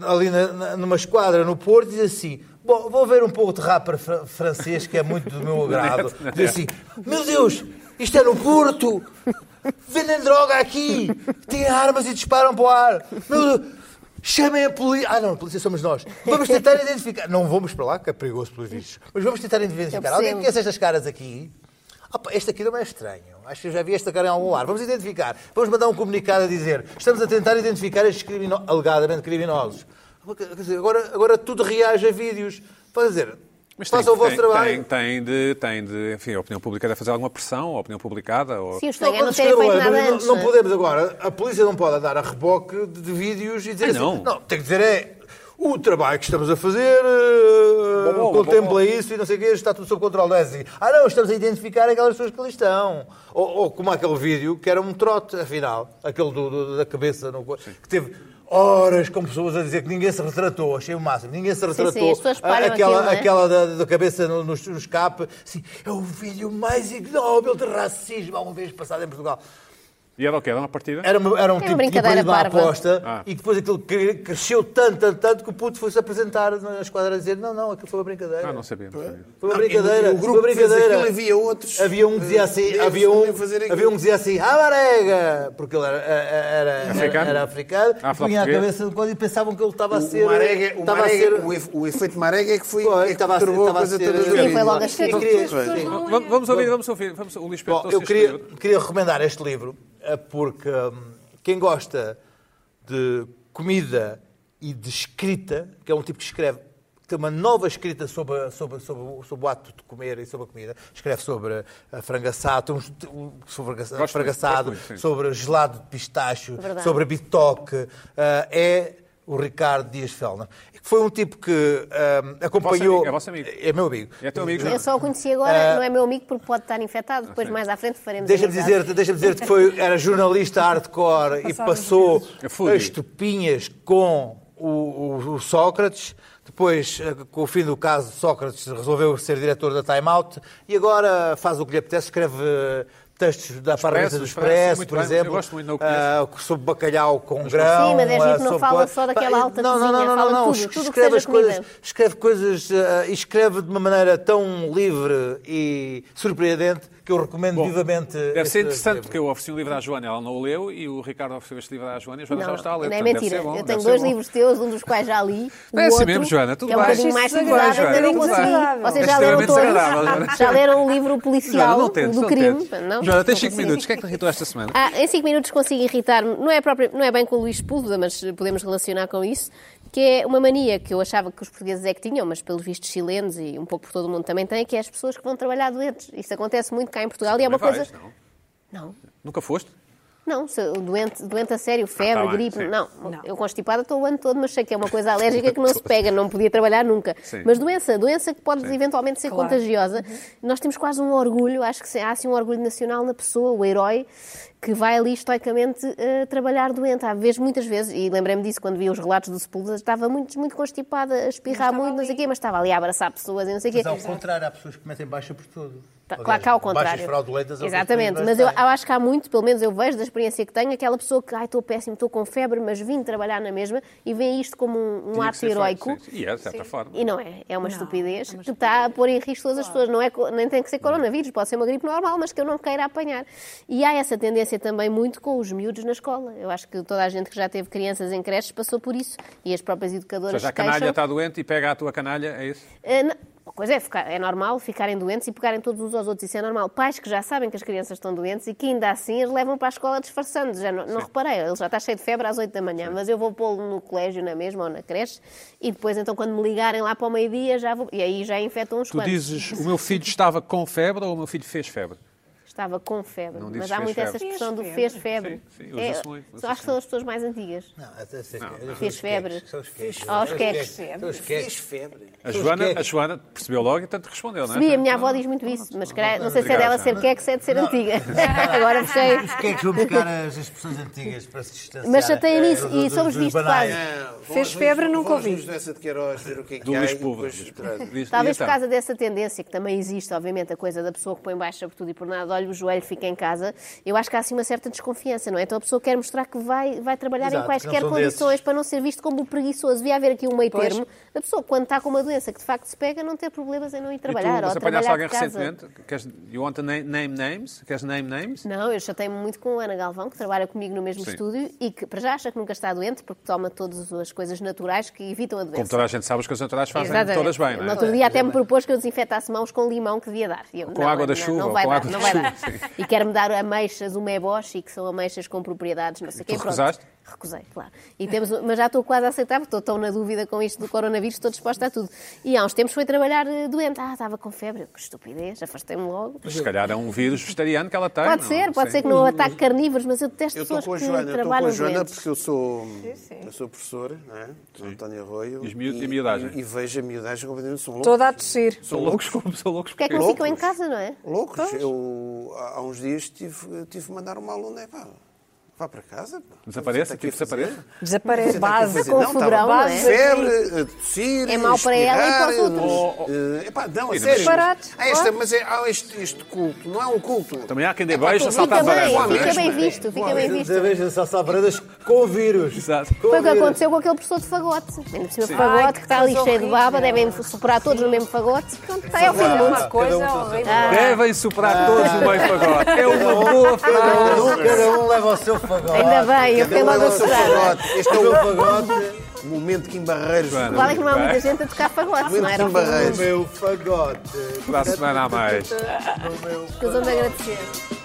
ali na- na- numa esquadra no Porto e diz assim: Bom, vou ver um pouco de rapper fra- francês que é muito do meu agrado. Diz assim: Meu Deus, isto é no Porto! Vendem droga aqui! Têm armas e disparam para o ar! Meu Deus! Chamem a polícia. Ah, não, a polícia somos nós. Vamos tentar identificar. Não vamos para lá, que é perigoso pelos vistos. Mas vamos tentar identificar.
percebo.
Alguém conhece estas caras aqui? Ah, pá, este aqui não é estranho. Acho que eu já vi esta cara em algum lugar. Vamos identificar. Vamos mandar um comunicado a dizer. Estamos a tentar identificar estes crimino- alegadamente criminosos. Quer dizer, agora, agora tudo reage a vídeos. Para dizer, façam o vosso
tem,
trabalho.
tem de, tem de, enfim, a opinião pública deve fazer alguma pressão, a opinião publicada, ou...
Sim, os
Não,
têm é não
quando
terem
chegar
feito
o ano,
nada
não-
antes.
não
né?
podemos agora. A polícia não pode andar a reboque de, de vídeos e dizer
Ah,
assim,
não.
tem que dizer é. O trabalho que estamos a fazer eh,
Bom, bom,
contempla
bom, bom.
isso e não sei o quê, está tudo sob controle. Não é assim, Ah, não, estamos a identificar aquelas pessoas que ali estão. Ou, ou como aquele vídeo que era um trote, afinal, aquele do- do- da cabeça, no, co- que teve horas com pessoas a dizer que ninguém se retratou, achei o máximo, ninguém se
sim,
retratou.
as pessoas espalham
aquela,
aquilo, não é?
aquela da, da cabeça no, no um escape, assim, é o vídeo mais ignóbil de racismo alguma vez passado em Portugal.
E era o quê? Era uma partida?
Era, uma- era um
Era
tipo
uma
que tinha
brincadeira
perdido uma
parva.
aposta
Ah.
e depois aquilo cre- cresceu tanto, tanto, tanto que o puto foi-se apresentar na esquadra a dizer não, não, aquilo foi uma brincadeira.
Ah, não sabia. não sabia.
Foi uma
Não,
brincadeira.
o
foi
grupo
uma
que fez
brincadeira.
aquilo havia outros,
Havia um que dizia
eh,
assim,
deles
havia um,
também fazer aquilo.
havia um que dizia assim, ah, marega! Porque ele era, era, era
Africano?
Era africano
Ah, fala
e punha a
português.
cabeça no código e pensavam que ele estava a
O- o
ser.
Marega- o
estava a
Marega-
ser-
o efe- O efeito marega é que foi. é que
estava a ser-
perturbou a
estava a
coisa
ser-
toda.
Sim, foi logo as
Sim,
críticas.
sim.
Sim.
Vamos- Vamos, vamos ouvir, vamos ouvir. Vamos, o Luís Pedro
Bom, eu
trouxe
queria,
este
queria recomendar este livro eh, porque hum, quem gosta de comida e de escrita, que é um tipo que escreve, que tem uma nova escrita sobre, a- sobre, sobre, o- sobre o ato de comer e sobre a comida, escreve sobre eh, a frangaçada, um, sobre
Gosto
a
muito,
frangaçado,
gosto muito, sim.
sobre gelado de pistacho,
Verdade.
sobre a bitoque, eh, é o Ricardo Dias Felna. Foi um tipo que hum, acompanhou...
amigo, é vosso amigo.
É meu amigo.
É teu amigo,
Eu só o conheci agora,
Ah.
não é meu amigo porque pode estar infectado, depois mais à frente faremos
Deixa-me
amizade.
dizer-te deixa dizer que foi, era jornalista hardcore e
Passava
passou
fui.
as topinhas com o, o- o Sócrates. Depois, eh, com o fim do caso de Sócrates, resolveu ser diretor da Time Out e agora faz o que lhe apetece, escreve eh, textos da Parlamento do
Expresso,
Expresso,
muito
por
bem, eu
exemplo,
gosto muito, não o
ah, sobre bacalhau com grão.
Sim, mas é giro
ah,
que não
sobre
fala
coisas-
só daquela
Pá,
alta
Não, não,
cozinha,
não, não,
fala
não,
tudo, tudo o que
escreve
seja
as coisas,
comida.
escreve coisas ah, e escreve de uma maneira tão livre e surpreendente que eu recomendo vivamente.
Deve
este
ser interessante,
livro.
porque eu ofereci um livro à Joana, ela não o leu, e o Ricardo ofereceu este livro à Joana, e a Joana já
Não,
o está a ler.
não é
portanto, deve
mentira.
ser bom,
eu
deve
tenho
ser
dois
bom.
livros teus, um dos quais já li. o
É assim
outro,
mesmo, Joana, tudo
que é um
bem.
bocadinho mais
Acho isso
pesado,
desagradável,
ainda não consegui.
desagradável.
Vocês
É
já leram
extremamente desagradável,
todos.
Joana.
Já leram o livro
Joana,
policial
não tentes,
do
não
crime?
tentes.
Não?
Joana, tens
Não
5
consigo.
minutos. O que é que te irritou esta semana?
Ah, em 5 minutos consigo irritar-me. Não, é próprio- não é bem com o Luís Púlveda, mas podemos relacionar com isso, que é uma mania que eu achava que os portugueses é que tinham, mas pelos vistos chilenos e um pouco por todo o mundo também têm, que é as pessoas que vão trabalhar doentes. Isso acontece muito cá em Portugal e é uma
Também
coisa...
vais, não?
Não,
Nunca foste?
não, se- o doente, doente a sério, febre,
tá bem,
gripe,
sim.
não. Eu constipada estou o ano todo, mas sei que é uma coisa alérgica que não se pega, não podia trabalhar nunca.
Sim.
Mas doença, doença que pode
Sim.
eventualmente ser
Claro.
contagiosa. Nós temos quase um orgulho, acho que se- há assim um orgulho nacional na pessoa, o herói, que vai ali estoicamente eh, trabalhar doente. Há vezes, muitas vezes, e lembrei-me disso quando vi os relatos do Sepúlveda, estava muito, muito constipada, a espirrar muito, não sei o quê, mas estava ali a abraçar pessoas e não sei o quê.
Mas é um ao contrário, há pessoas que metem baixa por tudo.
Tá,
Aliás,
claro que há o
Baixas
contrário.
é
fraudulentas. há pessoas que
Exatamente,
metem
mas eu,
baixa.
eu acho que há muito, pelo menos eu vejo da experiência que tenho, aquela pessoa que, ai, estou péssimo, estou com febre, mas vim trabalhar na mesma e vê isto como um, um
Tinha que
ato
ser feito,
heroico.
sim, sim. E é, de certa forma.
E não é, é uma estupidez que está a pôr em risco todas as pessoas. Não é, co- nem tem que
Hum.
ser coronavírus, pode ser uma gripe normal, mas que eu não queira apanhar. E há essa tendência também muito com os miúdos na escola. Eu acho que toda a gente que já teve crianças em creches passou por isso e as próprias
Ou
educadoras.
seja, a
se queixam.
canalha está doente e pega a tua canalha, é isso?
Eh, não- Uma coisa é, ficar, é normal ficarem doentes e pegarem todos uns aos outros, isso é normal. Pais que já sabem que as crianças estão doentes e que ainda assim as levam para a escola disfarçando. Já não, não reparei, ele já está cheio de febre às 8 da manhã, mas eu vou pô-lo no colégio na mesma ou na creche e depois então quando me ligarem lá para o meio-dia já vou... E aí já infectam uns
Tu
quantos.
dizes, o meu filho estava com febre ou o meu filho fez febre?
Estava com febre,
Não
mas
dizes
há
fez
muito essa
febre.
expressão do
Fez
fez febre. É,
Sim, sim, usa-se muito,
só acho que são as pessoas mais antigas.
Não, até sei que- são
Fez
os
febre.
queques, são os queques.
Ah, os
São os
queques.
queques, são os queques. Fez febre.
A
São os
Joana, a
queques.
Joana percebeu logo e tanto respondeu, não é?
Percebi, a minha avó diz muito isso, mas calhar- não sei se é
Obrigado,
dela ser
Sandra.
queque, se é de ser antiga.
É,
Agora sei.
Os queques vão buscar as, as pessoas antigas para se distanciar.
é,
Mas chateiam nisso,
eh,
e
dos-
somos
dos
vistos
banais.
quase.
Vão
Fez
às
febre,
vezes-
nunca
vão às
ouvi.
vezes dessa de Queiroz ver o que é que
Do
há
Luís
e
Púlveda.
depois
Luís
traz.
Púlveda. Diz- e
Talvez
então?
por causa dessa tendência, que também existe, obviamente, a coisa da pessoa que põe baixa por tudo e por nada, olha o joelho, fica em casa. Eu acho que há assim uma certa desconfiança, não é? Então a pessoa quer mostrar que vai, vai trabalhar
Exato,
em
que
quaisquer
não são
condições
desses.
para não ser visto como preguiçoso. Devia haver aqui um meio
Pois.
termo da pessoa, quando está com uma doença que de facto se pega, não ter problemas em não ir
E tu,
trabalhar
mas
ou
apanhaste
trabalhar
alguém
de casa.
recentemente? Queres, you want to name, name names? Queres name names?
Não, eu chatei-me muito com a Ana Galvão, que trabalha comigo no mesmo
Sim.
estúdio e que, para já, acha que nunca está doente porque toma todas as coisas naturais que evitam a doença.
Como toda a gente sabe, as coisas naturais fazem
Exatamente.
todas bem, não
No
é?
outro dia até me propôs que eu desinfetasse mãos com limão que devia dar. E eu,
Com água da
não,
chuva,
Não
ou
vai
com
dar,
água
não
da
vai
chuva,
dar. E quer-me dar ameixas, o meboshi, que são ameixas com propriedades, não sei o quê.
tu
pronto.
recusaste?
Recusei, claro. E temos, mas já estou quase a aceitar, porque estou tão na dúvida com isto do coronavírus, estou disposta a tudo. E há uns tempos foi trabalhar eh, doente. Ah, estava com febre. Eu, Que estupidez, afastei-me logo.
Mas se calhar é um vírus vegetariano que ela tem.
Pode
não?
ser, pode
Sim.
ser que não ataque carnívoros, mas eu detesto
Eu estou
pessoas
com a
que
Joana, eu estou com
trabalham
a Joana
doentes.
porque eu sou,
sim.
eu sou professor, não é? Sou António Arroio.
E os miúdos- e a miudagem?
E, e vejo a miudagem completamente. São loucos.
Toda a tossir.
São loucos,
como são loucos.
Porque é que não ficam em casa, não é?
Loucos. Eu, há há uns dias tive, tive de mandar uma aluna, é pá, Vá para casa. pá.
Desaparece,
Não sei o que
tipo, desaparece.
Desaparece.
Não sei o que é que
Base,
fazer.
com
Não, tá
fogão,
bom.
não é?
Febre, eh, tossir,
É mau para ela e para os
espirrar,
Oh,
outros.
eh, epá, não, a
Sim,
sério.
mas-
Barato.
Há esta, mas é, há este, este culto, não é um culto.
Também há quem dê
É
Epá,
beijo,
tu
assalta
Fica
as areias.
bem, fica
Mas-
bem visto, fica bem visto.
Da vez das salsabredas com o vírus.
Exato.
Com
Foi o que
vírus.
aconteceu com aquele professor de fagote. Ainda por cima, o
Ai,
fagote
que
que está ali
coisa
cheio de baba,
horrível.
devem superar todos no mesmo fagote. Pronto, está aí ao fim do
um,
É
mundo.
uma coisa horrível.
Ah.
Devem superar todos o meio pagode. É uma boa frase.
Cada um, cada um leva o seu fagote.
Ainda bem, eu fiquei logo a
Leva um o seu
chorar.
fagote. Este é
O meu
o
fagote,
momento que em Barreiros.
Joana.
Vale é que não há
Bem.
muita gente a tocar fagote, não
Momento
era? um
que em
É,
Barreiros.
o meu fagote.
Para a semana a mais.
O meu
Nós vamos agradecer.